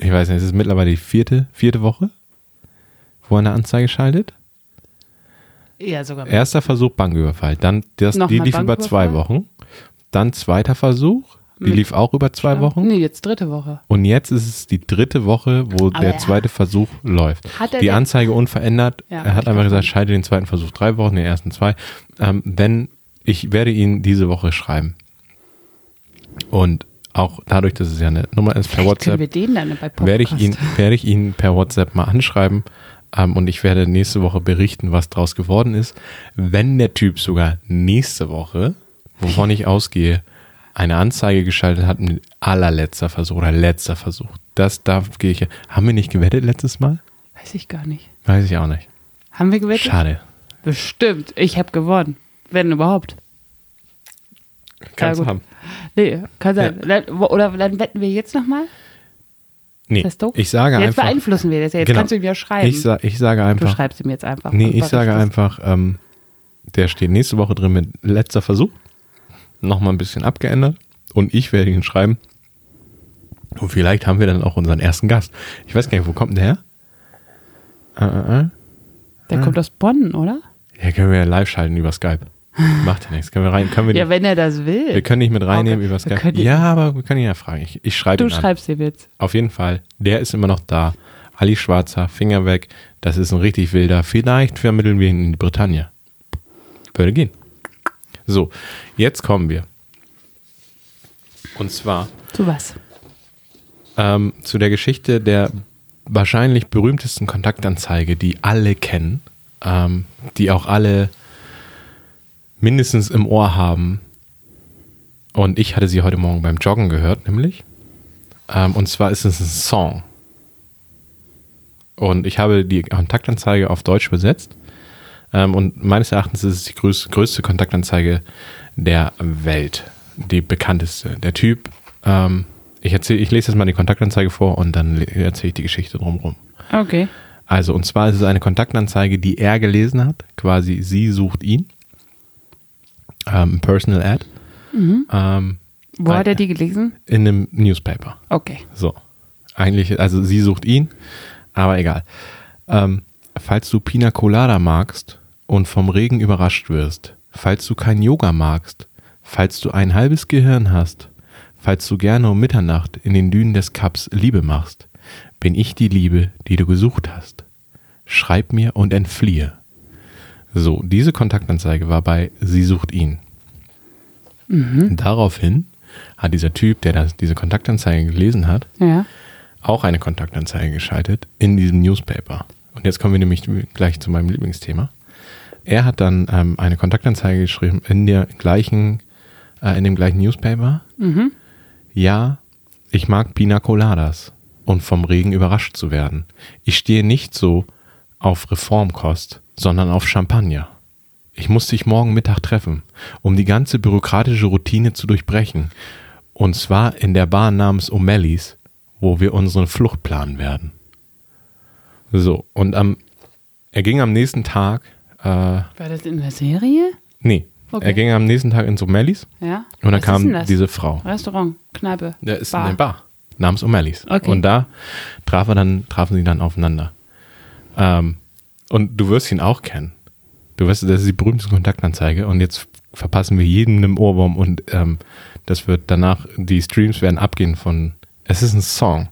ich weiß nicht, es ist mittlerweile die vierte, vierte Woche, wo eine Anzeige schaltet. Ja, sogar. Erster Versuch Banküberfall. Dann das, die Nochmal lief über zwei Wochen. Dann zweiter Versuch. Die lief auch über zwei Wochen. Nee, jetzt dritte Woche. Und jetzt ist es die dritte Woche, wo Aber der er- zweite Versuch läuft. Hat er die den- Anzeige unverändert. Ja, er hab hat ich einfach gesagt, schalte den zweiten Versuch drei Wochen, den ersten zwei. Ähm, wenn ich werde ihn diese Woche schreiben. Und auch dadurch, dass es ja eine Nummer ist per Vielleicht können WhatsApp wir den dann bei Podcast. werde ich ihn, werde ich ihn per WhatsApp mal anschreiben ähm, und ich werde nächste Woche berichten, was draus geworden ist. Wenn der Typ sogar nächste Woche, wovon ich ausgehe, eine Anzeige geschaltet hat mit allerletzter Versuch oder letzter Versuch. Das darf gehe ich. Haben wir nicht gewettet letztes Mal? Weiß ich gar nicht. Weiß ich auch nicht. Haben wir gewettet? Schade. Bestimmt. Ich habe gewonnen. Wenn überhaupt. Kannst Ja, du gut. haben. Nee, kann sein. Dann- Oder dann wetten wir jetzt nochmal? Nee, Das ist doof. ich sage jetzt einfach. beeinflussen wir das ja. Jetzt Genau. kannst du ihm ja schreiben. Ich, sa ich sage du einfach. schreibst ihm jetzt einfach. Nee, und ich berichtest. sage einfach, ähm, der steht nächste Woche drin mit letzter Versuch. Nochmal ein bisschen abgeändert. Und ich werde ihn schreiben. Und vielleicht haben wir dann auch unseren ersten Gast. Ich weiß gar nicht, wo kommt denn der her? Äh, äh, äh. Der kommt aus Bonn, oder? Ja, können wir ja live schalten über Skype. Macht ja nichts. Können wir rein, können wir, Ja, den- wenn er das will. wir können nicht mit reinnehmen Okay, über wir Skype. können ihn- Ja, aber wir können ihn ja fragen. Ich, ich schreibe du ihn an. schreibst ihm jetzt. Auf jeden Fall, der ist immer noch da. Ali Schwarzer, Finger weg. Das ist ein richtig wilder. Vielleicht vermitteln wir ihn in die Bretagne. Würde gehen. So, jetzt kommen wir. Und zwar Zu was? ähm, zu der Geschichte der wahrscheinlich berühmtesten Kontaktanzeige, die alle kennen, ähm, die auch alle mindestens im Ohr haben. Und ich hatte sie heute Morgen beim Joggen gehört, nämlich. Ähm, und zwar ist es ein Song. Und ich habe die Kontaktanzeige auf Deutsch übersetzt. Ähm, und meines Erachtens ist es die größte, größte Kontaktanzeige der Welt. Die bekannteste. Der Typ, ähm, ich, erzähl, ich lese jetzt mal die Kontaktanzeige vor und dann le- erzähle ich die Geschichte drumherum. Okay. Also, und zwar ist es eine Kontaktanzeige, die er gelesen hat. Quasi, sie sucht ihn. Ähm, Personal Ad. Ähm, Wo hat Weil- er die gelesen? in einem Newspaper. Okay. So. Eigentlich, also sie sucht ihn, aber egal. Ähm, falls du Pina Colada magst und vom Regen überrascht wirst, falls du kein Yoga magst, falls du ein halbes Gehirn hast, falls du gerne um Mitternacht in den Dünen des Kaps Liebe machst, bin ich die Liebe, die du gesucht hast. Schreib mir und entfliehe. So, diese Kontaktanzeige war bei Sie sucht ihn. Daraufhin hat dieser Typ, der das, diese Kontaktanzeige gelesen hat, Ja. auch eine Kontaktanzeige geschaltet in diesem Newspaper. Und jetzt kommen wir nämlich gleich zu meinem Lieblingsthema. Er hat dann ähm, eine Kontaktanzeige geschrieben in der gleichen, äh, in dem gleichen Newspaper. Ja, ich mag Pina Coladas und vom Regen überrascht zu werden. Ich stehe nicht so auf Reformkost, sondern auf Champagner. Ich muss dich morgen Mittag treffen, um die ganze bürokratische Routine zu durchbrechen. Und zwar in der Bar namens O'Malley's, wo wir unseren Flucht planen werden. So, und am, er ging am nächsten Tag, äh, War das in der Serie? nee, Okay. er ging am nächsten Tag ins O'Malley's Ja. und Was da ist denn kam das? diese Frau. Restaurant, Kneipe. Da ist Bar. eine Bar namens O'Malley's. Okay. Und da traf er dann, trafen sie dann aufeinander. Ähm, und du wirst ihn auch kennen. Du wirst, das ist die berühmteste Kontaktanzeige. Und jetzt verpassen wir jedem einen Ohrwurm und ähm, das wird danach, die Streams werden abgehen von, es ist ein Song.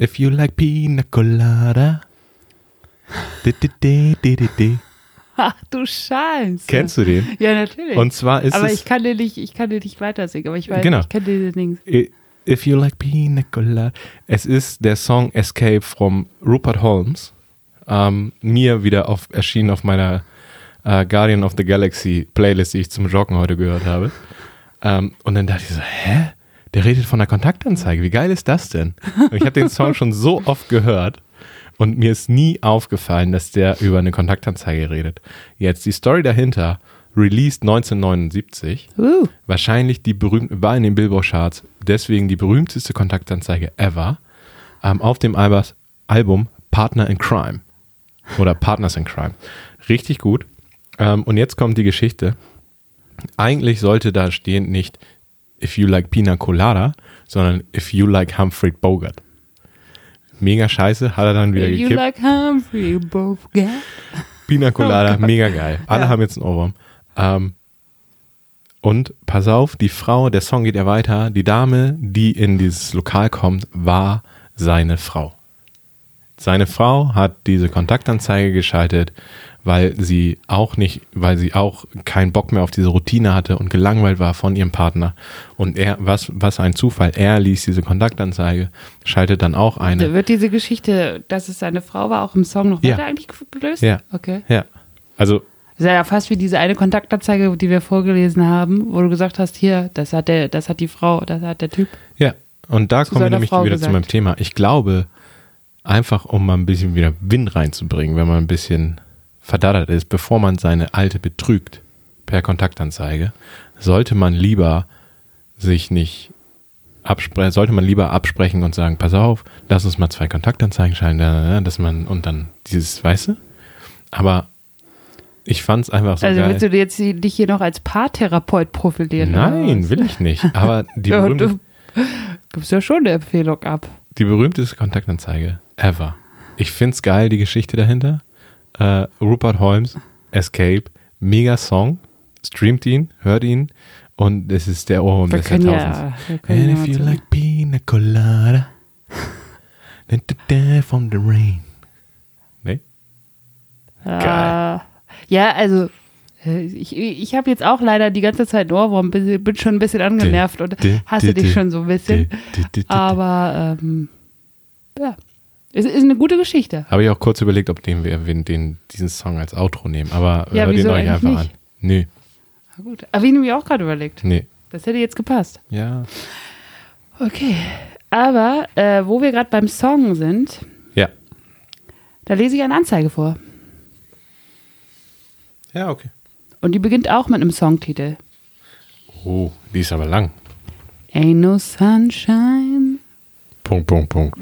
If you like pina colada. Di, di, di, di, di, di. Ach du Scheiße. Kennst du den? Ja, natürlich. Und zwar ist aber es. ich kann dir nicht, ich kann dir nicht weiter singen, aber ich weiß, Genau. ich kenne diese Dings. I- If You Like Pina Colada. Es ist der Song Escape from Rupert Holmes. Ähm, mir wieder auf, erschienen auf meiner äh, Guardian of the Galaxy Playlist, die ich zum Joggen heute gehört habe. Ähm, und dann dachte ich so, hä? Der redet von einer Kontaktanzeige. Wie geil ist das denn? Und ich habe den Song schon so oft gehört und mir ist nie aufgefallen, dass der über eine Kontaktanzeige redet. Jetzt die Story dahinter, released 1979. Uh, Wahrscheinlich die berühmte, war in den Billboard-Charts, deswegen die berühmteste Kontaktanzeige ever. Ähm, auf dem Albers, Album Partner in Crime. Oder Partners in Crime. Richtig gut. Ähm, und jetzt kommt die Geschichte. Eigentlich sollte da stehen nicht If You Like Pina Colada, sondern If You Like Humphrey Bogart. Mega scheiße, hat er dann wieder you gekippt. like Humphrey Bogart. Pina Colada, mega geil. Alle haben jetzt einen Ohrwurm. Ähm, und pass auf, die Frau, der Song geht ja weiter. Die Dame, die in dieses Lokal kommt, war seine Frau. Seine Frau hat diese Kontaktanzeige geschaltet, weil sie auch nicht, weil sie auch keinen Bock mehr auf diese Routine hatte und gelangweilt war von ihrem Partner. Und er, was, was ein Zufall, er ließ diese Kontaktanzeige, schaltet dann auch Da eine. wird diese Geschichte, dass es seine Frau war, auch im Song noch Ja. weiter eigentlich gelöst? Ja. Okay. Ja. Also Das ist ja fast wie diese eine Kontaktanzeige, die wir vorgelesen haben, wo du gesagt hast, hier, das hat der, das hat die Frau, das hat der Typ. Ja, und da kommen wir seiner nämlich Frau wieder zu gesagt. meinem Thema. Ich glaube, einfach um mal ein bisschen wieder Wind reinzubringen, wenn man ein bisschen verdattert ist, bevor man seine alte betrügt per Kontaktanzeige, sollte man lieber sich nicht absprechen, sollte man lieber absprechen und sagen, pass auf, lass uns mal zwei Kontaktanzeigen schalten, da, da, da, dass man und dann dieses, weißt du? Aber ich fand's einfach so also geil. willst du dir jetzt die- dich hier noch als Paartherapeut profilieren? Nein, will ich nicht. Aber die Ja, berühmte, du gibst ja schon eine Empfehlung ab. die berühmteste Kontaktanzeige ever. Ich find's geil, die Geschichte dahinter. Äh, Rupert Holmes, Escape, mega Song. Streamt ihn, hört ihn und es ist der Ohrwurm Wir des können Jahrtausends. ja. Wir können And ja if mal you zu- like pina colada, then the day from the rain. Nee? Geil. Ja, also äh, ich, ich habe jetzt auch leider die ganze Zeit einen Ohrwurm, bin, bin schon ein bisschen angenervt und Di- hasse di- di- dich schon so ein bisschen. di- di- di- di- Aber ähm, ja, es ist eine gute Geschichte. Habe ich auch kurz überlegt, ob den, wir den, den, diesen Song als Outro nehmen, aber äh, Ja, hört ihn wieso euch eigentlich einfach an. nicht? Nö, Na Gut. Aber ich habe mir auch gerade überlegt. nee. Das hätte jetzt gepasst. Ja. Okay. Aber äh, wo wir gerade beim Song sind, Da lese ich eine Anzeige vor. Ja, okay. Und die beginnt auch mit einem Songtitel. Oh, die ist aber lang. Ain't no sunshine. Punkt, Punkt, Punkt.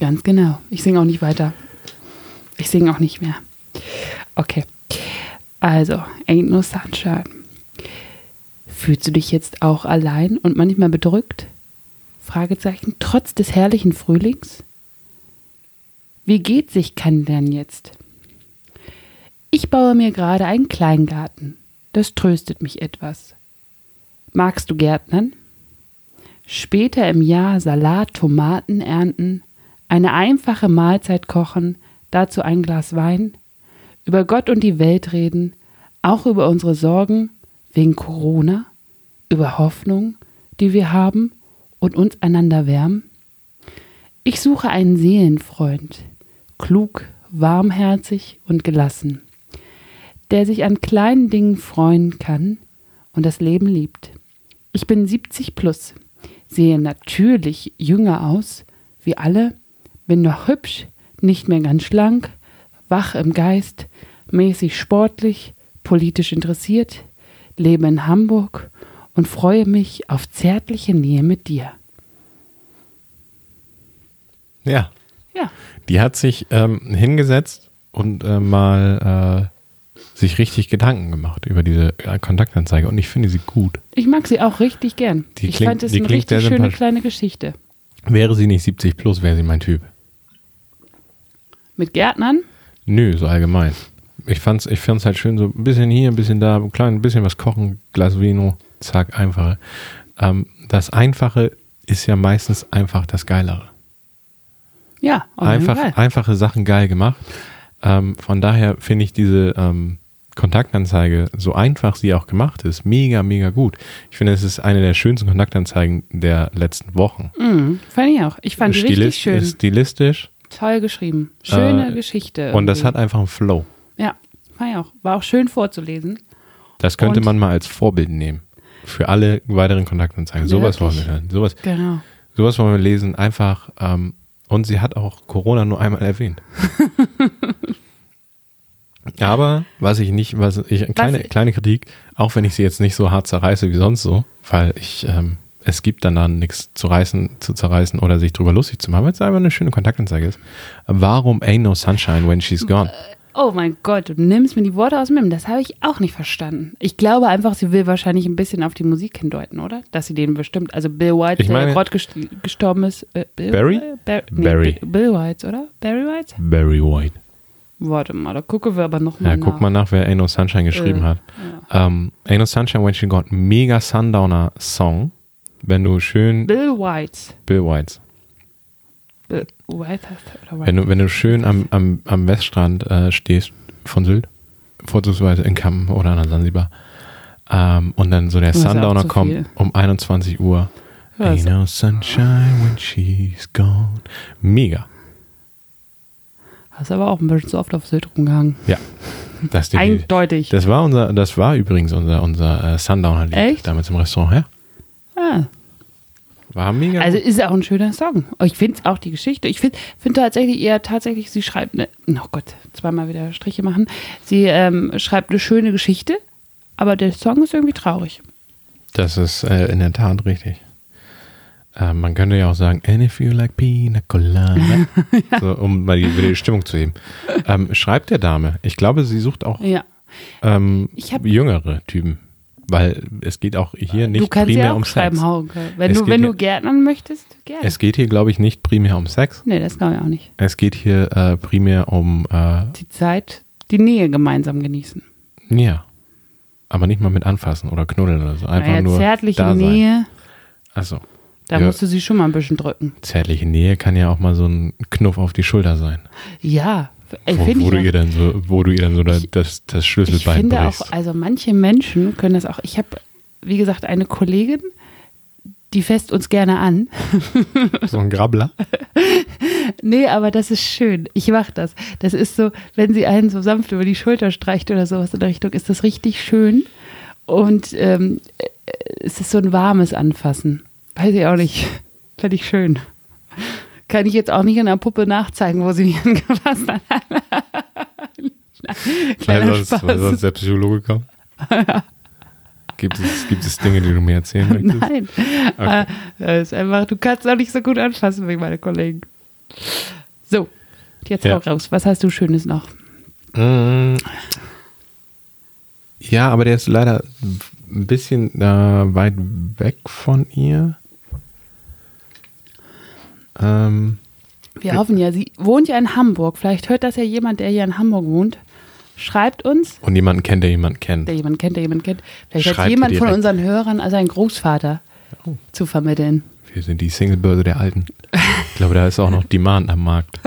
Ganz genau. Ich singe auch nicht weiter. Ich singe auch nicht mehr. Okay. Also, Ain't No Sunshine. Fühlst du dich jetzt auch allein und manchmal bedrückt? Fragezeichen. Trotz des herrlichen Frühlings? Wie geht sich kennenlernen jetzt? Ich baue mir gerade einen Kleingarten. Das tröstet mich etwas. Magst du Gärtnern? Später im Jahr Salat, Tomaten ernten, eine einfache Mahlzeit kochen, dazu ein Glas Wein, über Gott und die Welt reden, auch über unsere Sorgen wegen Corona, über Hoffnung, die wir haben und uns einander wärmen. Ich suche einen Seelenfreund, klug, warmherzig und gelassen, der sich an kleinen Dingen freuen kann und das Leben liebt. Ich bin 70 plus, sehe natürlich jünger aus, wie alle, bin noch hübsch, nicht mehr ganz schlank, wach im Geist, mäßig sportlich, politisch interessiert, lebe in Hamburg und freue mich auf zärtliche Nähe mit dir. Ja. Ja, Die hat sich ähm, hingesetzt und äh, mal äh, sich richtig Gedanken gemacht über diese äh, Kontaktanzeige. Und ich finde sie gut. ich mag sie auch richtig gern. Die ich klingt- fand es die eine klingt richtig sehr schöne sympathisch. kleine Geschichte. Wäre sie nicht 70 plus, wäre sie mein Typ. Mit Gärtnern? Nö, so allgemein. Ich fand's, ich fand's halt schön, so ein bisschen hier, ein bisschen da, ein klein bisschen was kochen, Glas Vino, zack, einfache. Ähm, das Einfache ist ja meistens einfach das Geilere. Ja, auf jeden Einfach, Fall. einfache Sachen geil gemacht. Ähm, von daher finde ich diese ähm, Kontaktanzeige, so einfach sie auch gemacht ist, mega, mega gut. Ich finde, es ist eine der schönsten Kontaktanzeigen der letzten Wochen. Mhm, fand ich auch. Ich fand die richtig Stilist- schön. Stilistisch Toll geschrieben. Schöne Äh, Geschichte. und das irgendwie. hat einfach einen Flow. Ja, fand ich auch. War auch schön vorzulesen. Das könnte Und- man mal als Vorbild nehmen. Für alle weiteren Kontaktanzeigen. Sowas wollen wir Wirklich? hören. Sowas, Genau. sowas wollen wir lesen. Einfach. Ähm, und sie hat auch Corona nur einmal erwähnt. Aber was ich nicht, was ich, kleine, ich- kleine Kritik, auch wenn ich sie jetzt nicht so hart zerreiße wie sonst so, weil ich, ähm, es gibt dann dann nichts zu reißen, zu zerreißen oder sich drüber lustig zu machen, weil es einfach eine schöne Kontaktanzeige ist. Warum ain't no sunshine when she's gone? Oh mein Gott, du nimmst mir die Worte aus dem Mund. Das habe ich auch nicht verstanden. Ich glaube einfach, sie will wahrscheinlich ein bisschen auf die Musik hindeuten, oder? Dass sie den bestimmt, also Bill White, Ich meine- der gerade gest gestorben ist. Äh, Bill, Barry? Äh, Bar nee, Barry. Bi- Bill White, oder? Barry White? Very white. Warte mal, da gucken wir aber nochmal Ja, nach. guck mal nach, wer Ain't No Sunshine geschrieben Äh, hat. Ähm, Ain't No Sunshine When She Gone, mega Sundowner Song. Wenn du schön, Bill, Bill White. Whites, Bill White heißt er, oder wenn White? du, wenn du schön am, am, am Weststrand äh, stehst von Sylt, vorzugsweise in Kampen oder an der Sansibar, ähm, und dann so der Das ist ja auch Sundowner zu kommt viel. um 21 Uhr. Ja, Ain't ist- no sunshine when she's gone. Mega. Hast aber auch ein bisschen zu oft auf Sylt rumgehangen. Ja. Das, ist definitiv- Eindeutig. das war unser, das war übrigens unser, unser äh, Sundowner-Lied. Echt? Damals im Restaurant, ja. ah. War mega. Also ist auch ein schöner Song. Oh, Ich finde auch die Geschichte. Ich finde find tatsächlich eher tatsächlich, sie schreibt eine, oh Gott, zweimal wieder Striche machen. Sie ähm, schreibt eine schöne Geschichte, aber der Song ist irgendwie traurig. Das ist äh, in der Tat richtig. Äh, man könnte ja auch sagen, and if you like pina colada, so, um mal die, wieder die Stimmung zu heben. Ähm, schreibt der Dame. Ich glaube, sie sucht auch Ja. ähm, Ich hab- jüngere Typen, weil es geht auch hier nicht du kannst primär ja auch um schreiben, Sex. Hauke. Wenn Es du, geht wenn ja- du gärtnern möchtest, gerne. Es geht hier, glaube ich, nicht primär um Sex. nee, das glaube ich auch nicht. Es geht hier äh, primär um, äh, Die Zeit, die Nähe gemeinsam genießen. ja, aber nicht mal mit anfassen oder knuddeln oder so. Einfach Naja, nur zärtliche da sein. Nähe, Achso. da Ja. musst du sie schon mal ein bisschen drücken. Zärtliche Nähe kann ja auch mal so ein Knuff auf die Schulter sein. Ja, ey, Wo, finde ich. wo, du auch. ihr dann so, wo du ihr dann so da- das, das Ich Schlüsselbein finde brichst. auch, also manche Menschen können das auch. Ich habe, wie gesagt, eine Kollegin, die fässt uns gerne an. so ein Grabbler. Nee, aber das ist schön. Ich mach das. Das ist so, wenn sie einen so sanft über die Schulter streicht oder sowas in der Richtung, ist das richtig schön. Und ähm, äh, es ist so ein warmes Anfassen. Weiß ich auch nicht. Fände ich schön. kann ich jetzt auch nicht in der Puppe nachzeigen, wo sie mich angefasst hat. Kleiner Weil sonst, weil Spaß. sonst der Psychologe kommt. Gibt es, gibt es Dinge, die du mir erzählen möchtest? Nein. Okay. Äh, ist einfach, du kannst auch nicht so gut anfassen wie meine Kollegen. So, jetzt Ja. auch raus. Was hast du Schönes noch? Mm. Ja, aber der ist leider ein bisschen äh, weit weg von ihr. Ähm, Wir hoffen ja, sie wohnt ja in Hamburg. Vielleicht hört das ja jemand, der hier in Hamburg wohnt. Schreibt uns, und jemanden kennt, der jemanden kennt. der jemand kennt, der jemand kennt. Vielleicht Schreibt hat jemand von direkt. unseren Hörern also einen Großvater zu vermitteln. Wir sind die Singlebörse der Alten. Ich glaube, da ist auch noch Demand am Markt.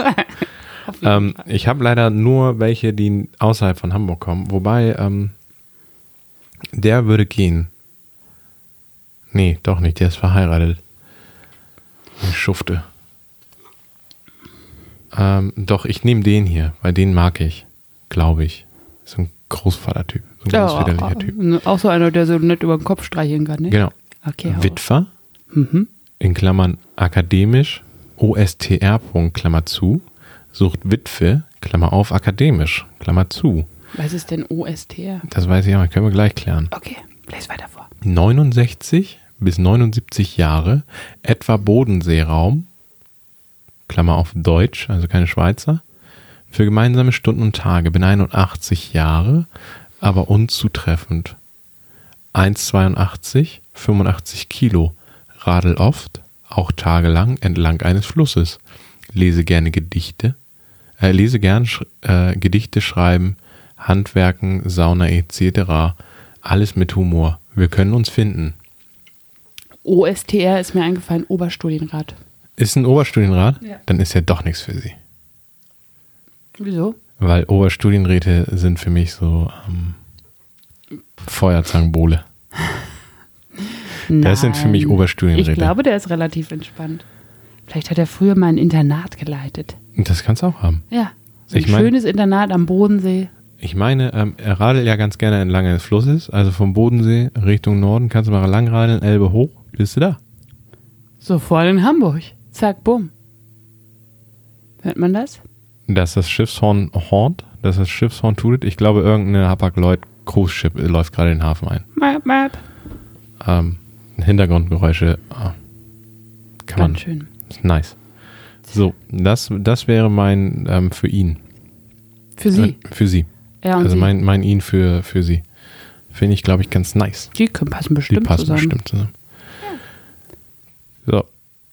ähm, ich habe leider nur welche, die außerhalb von Hamburg kommen. Wobei, ähm, der würde gehen. Nee, doch nicht. Der ist verheiratet. Eine Schufte. Ähm, doch, ich nehme den hier, weil den mag ich. Glaube ich. So ein Großvater-Typ. So ein ganz auch, widerlicher Typ. Oh, auch so einer, der so nett über den Kopf streicheln kann, ne? Genau. Okay, hau raus. Witwer, in Klammern akademisch, OSTR, Punkt, Klammer zu, sucht Witwe, Klammer auf, akademisch, Klammer zu. Was ist denn OSTR? Das weiß ich auch, nicht, können wir gleich klären. Okay, lese weiter vor. 69 bis 79 Jahre, etwa Bodenseeraum, Klammer auf Deutsch, also keine Schweizer, für gemeinsame Stunden und Tage, bin 81 Jahre, aber unzutreffend. 1,82, 85 Kilo, radel oft, auch tagelang entlang eines Flusses, lese gerne Gedichte, äh, lese gern sch äh, Gedichte schreiben, Handwerken, Sauna etc. Alles mit Humor. Wir können uns finden. OSTR ist mir eingefallen, Oberstudienrat. Ist ein Oberstudienrat? Ja. Dann ist ja doch nichts für sie. Wieso? Weil Oberstudienräte sind für mich so ähm, Feuerzangenbowle. Das sind für mich Nein. Oberstudienräte. Ich glaube, der ist relativ entspannt. Vielleicht hat er früher mal ein Internat geleitet. Das kannst du auch haben. Ja. So ein Ich mein- schönes Internat am Bodensee. Ich meine, ähm, er radelt ja ganz gerne entlang eines Flusses, also vom Bodensee Richtung Norden kannst du mal lang radeln, Elbe hoch, bist du da. Sofort in Hamburg. Zack, bumm. Hört man das? Dass das Schiffshorn hornt, dass das Schiffshorn tutet. Ich glaube, irgendeine Hapag-Lloyd-Cruise-Ship läuft gerade den Hafen ein. Map, map. Ähm, Hintergrundgeräusche, ah, kann man, Ganz schön. ist nice. So, das, das wäre mein ähm, für ihn. Für sie. Äh, für sie. Ja, und Also sie. mein, mein ihn für, für sie. Finde ich, glaube ich, ganz nice. die können passen Die bestimmt passen zusammen. bestimmt zusammen. So,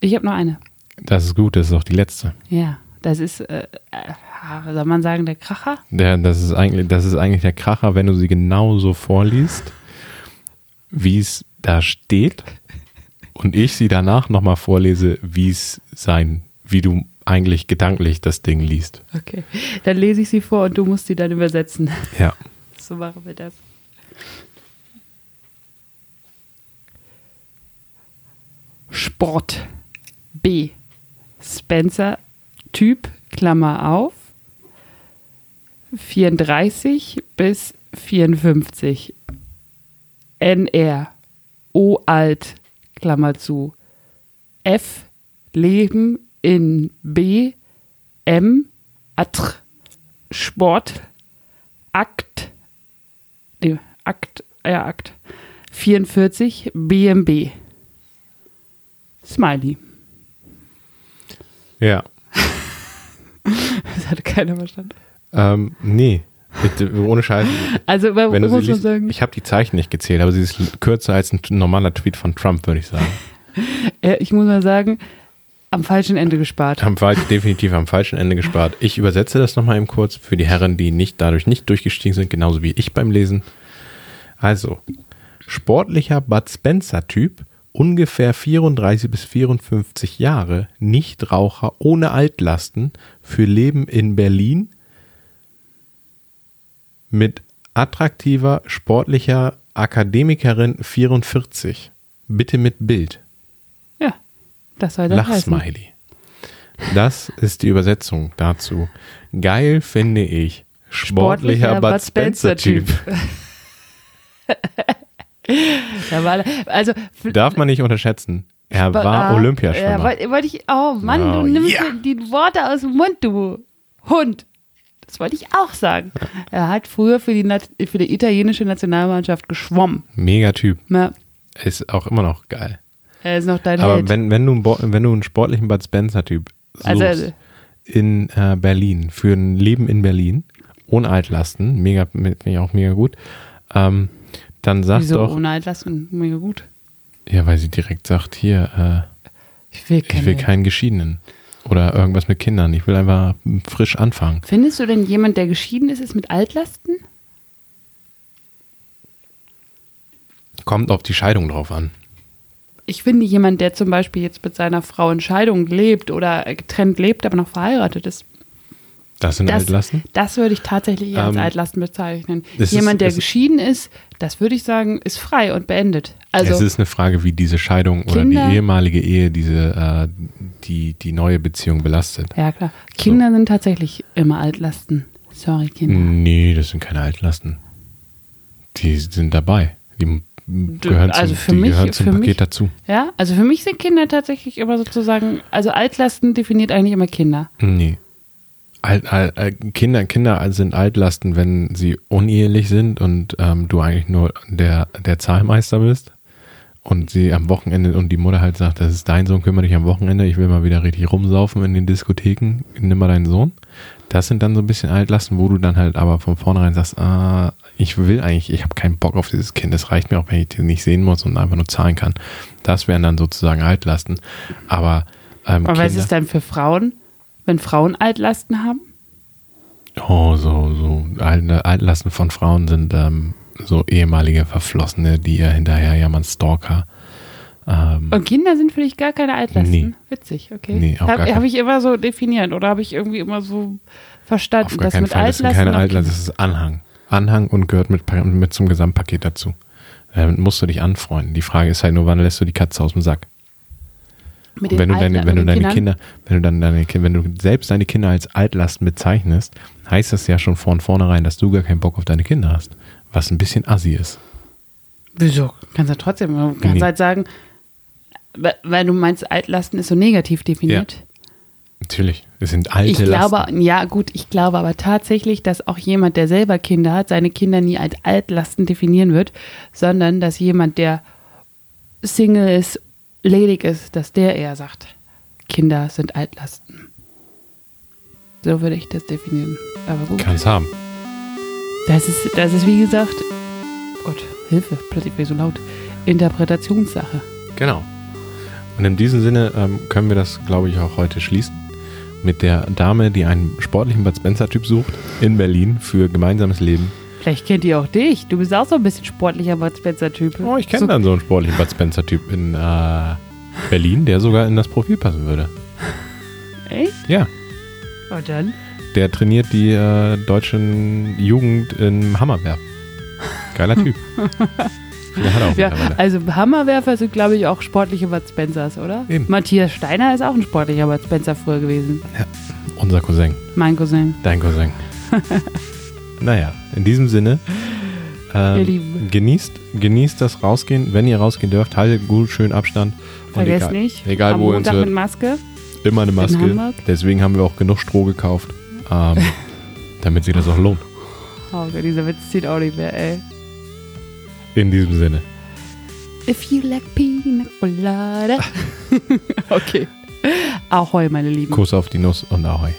Ich habe noch eine. das ist gut, das ist auch die letzte. Ja, das ist, äh, äh, soll man sagen, der Kracher? Der, das, ist eigentlich, das ist eigentlich der Kracher, wenn du sie genauso vorliest, wie es da steht und ich sie danach nochmal vorlese, wie es sein, wie du eigentlich gedanklich das Ding liest. Okay. Dann lese ich sie vor und du musst sie dann übersetzen. Ja. So machen wir das. Sport. B. Spencer Typ, Klammer auf. 34 bis 54. NR. O alt, Klammer zu. F. Leben in B. M. Atr. Sport. Akt, nee, Akt, ja, Akt 44 BMB. Smiley. Ja. Das hatte keiner verstanden. Ähm, nee. Bitte, ohne Scheiß. Also, aber Wenn du sie muss man liest, sagen, ich habe die Zeichen nicht gezählt, aber sie ist kürzer als ein normaler Tweet von Trump, würde ich sagen. äh, ich muss mal sagen, am falschen Ende gespart. Haben wir definitiv am falschen Ende gespart. Ich übersetze das nochmal eben kurz für die Herren, die nicht dadurch nicht durchgestiegen sind, genauso wie ich beim Lesen. Also, sportlicher Bud Spencer-Typ, ungefähr 34 bis 54 Jahre, Nichtraucher ohne Altlasten, für Leben in Berlin mit attraktiver, sportlicher Akademikerin 44. Bitte mit Bild. Ja, das soll das heißen. Lachsmiley. Das ist die Übersetzung dazu. Geil finde ich. Sportlicher, Bud Spencer-Typ. Da war, also, f- Darf man nicht unterschätzen. Er war Also, Ah, Ja, Olympiaschwimmer. wollte wollt ich, oh Mann, Oh, du nimmst ja. mir die Worte aus dem Mund, du Hund. Das wollte ich auch sagen. Er hat früher für die, Nat- für die italienische Nationalmannschaft geschwommen. Mega Typ. Ja, Ist auch immer noch geil. er ist noch dein Aber Held. wenn, wenn, du einen, Bo- wenn du einen sportlichen Bud Spencer-Typ suchst Also- in äh, Berlin, für ein Leben in Berlin, ohne Altlasten, mega, finde ich auch mega gut, ähm, dann sag Wieso doch, ohne Altlasten? Mega gut. ja, weil sie direkt sagt, hier, Ich will, äh, ich keine. will keinen Geschiedenen oder irgendwas mit Kindern, ich will einfach frisch anfangen. Findest du denn jemand, der geschieden ist, ist mit Altlasten? Kommt auf die Scheidung drauf an. Ich finde jemand, der zum Beispiel jetzt mit seiner Frau in Scheidung lebt oder getrennt lebt, aber noch verheiratet ist. Das sind Das, Altlasten? das würde ich tatsächlich eher als Ähm, Altlasten bezeichnen. es ist- Jemand, der es ist- geschieden ist, das würde ich sagen, ist frei und beendet. es Also ist eine Frage, wie diese Scheidung oder Kinder- die ehemalige Ehe diese, äh, die, die neue Beziehung belastet. ja klar, Kinder sind tatsächlich immer Altlasten. Sorry Kinder. Hm. Nee, das sind keine Altlasten. Die sind dabei. Die m- gehören zum, also für die mich- gehören zum für Paket mich- dazu. Ja, also für mich sind Kinder tatsächlich immer sozusagen, also Altlasten definiert eigentlich immer Kinder. Nee. Alt, Al- Al- Kinder, Kinder sind Altlasten, wenn sie unehelich sind und ähm, du eigentlich nur der, der Zahlmeister bist und sie am Wochenende und die Mutter halt sagt, das ist dein Sohn, kümmere dich am Wochenende, ich will mal wieder richtig rumsaufen in den Diskotheken, nimm mal deinen Sohn. Das sind dann so ein bisschen Altlasten, wo du dann halt aber von vornherein sagst, ah, ich will eigentlich, ich habe keinen Bock auf dieses Kind, es reicht mir auch, wenn ich den nicht sehen muss und einfach nur zahlen kann. Das wären dann sozusagen Altlasten. Aber ähm, Aber was Kinder- ist dann für Frauen, wenn Frauen Altlasten haben? Oh, so, so alte Altlasten von Frauen sind ähm, so ehemalige Verflossene, die ihr hinterher jammern, Stalker. Und Kinder sind für dich gar keine Altlasten? Hm. Nee. Witzig, okay. Nee, auf gar Habe keinen- hab ich immer so definiert oder habe ich irgendwie immer so verstanden, Auf gar dass keinen mit Fall. Das sind Altlasten keine und Altlasten, das ist Anhang. Anhang und gehört mit, Pa- mit zum Gesamtpaket dazu. Damit musst du dich anfreunden. Die Frage ist halt nur, wann lässt du die Katze aus dem Sack? mit den Wenn du, deine, Altla- wenn du mit deine Kindern- Kinder, wenn du dann deine Kinder, wenn du selbst deine Kinder als Altlasten bezeichnest, heißt das ja schon von vornherein, dass du gar keinen Bock auf deine Kinder hast. Was ein bisschen assi ist. Wieso? Kannst du trotzdem, du kannst Nee. halt sagen, we- weil du meinst, Altlasten ist so negativ definiert. Natürlich. Es sind alte Ich glaube, ja gut, ich glaube aber tatsächlich, dass auch jemand, der selber Kinder hat, seine Kinder nie als Altlasten definieren wird, sondern dass jemand, der Single ist, ledig ist, dass der eher sagt, Kinder sind Altlasten. So würde ich das definieren. Aber gut, Kannst haben. das ist, das ist wie gesagt, Gott, Hilfe, plötzlich bin ich so laut, Interpretationssache. Genau. Und in diesem Sinne ähm, können wir das, glaube ich, auch heute schließen. Mit der Dame, die einen sportlichen Bud Spencer-Typ sucht in Berlin für gemeinsames Leben. Vielleicht kennt ihr auch dich. Du bist auch so ein bisschen sportlicher Bud Spencer-Typ. Oh, ich kenne so, dann so einen sportlichen Bud Spencer-Typ in äh, Berlin, der sogar in das Profil passen würde. Echt? Ja, Und dann? der trainiert die äh, deutschen Jugend im Hammerwerf. Geiler Typ. Der hat er auch Ja, mittlerweile. also Hammerwerfer sind, glaube ich, auch sportliche Bud Spencers, oder? Eben. Matthias Steiner ist auch ein sportlicher Bud Spencer früher gewesen. Unser Cousin. Mein Cousin. Dein Cousin. naja, in diesem Sinne, ähm, Ihr Lieben. genießt, genießt das Rausgehen. Wenn ihr rausgehen dürft, haltet gut schön Abstand. Und Vergesst egal, nicht. Egal am wo ihr uns Montag mit hört, Maske. immer eine Maske. Hamburg. Deswegen haben wir auch genug Stroh gekauft, ähm, damit sich das auch lohnt. Oh Gott, dieser Witz zieht auch nicht mehr, ey. In diesem Sinne. If you like pina colada. okay. Ahoi, meine Lieben. Kuss auf die Nuss und Ahoi.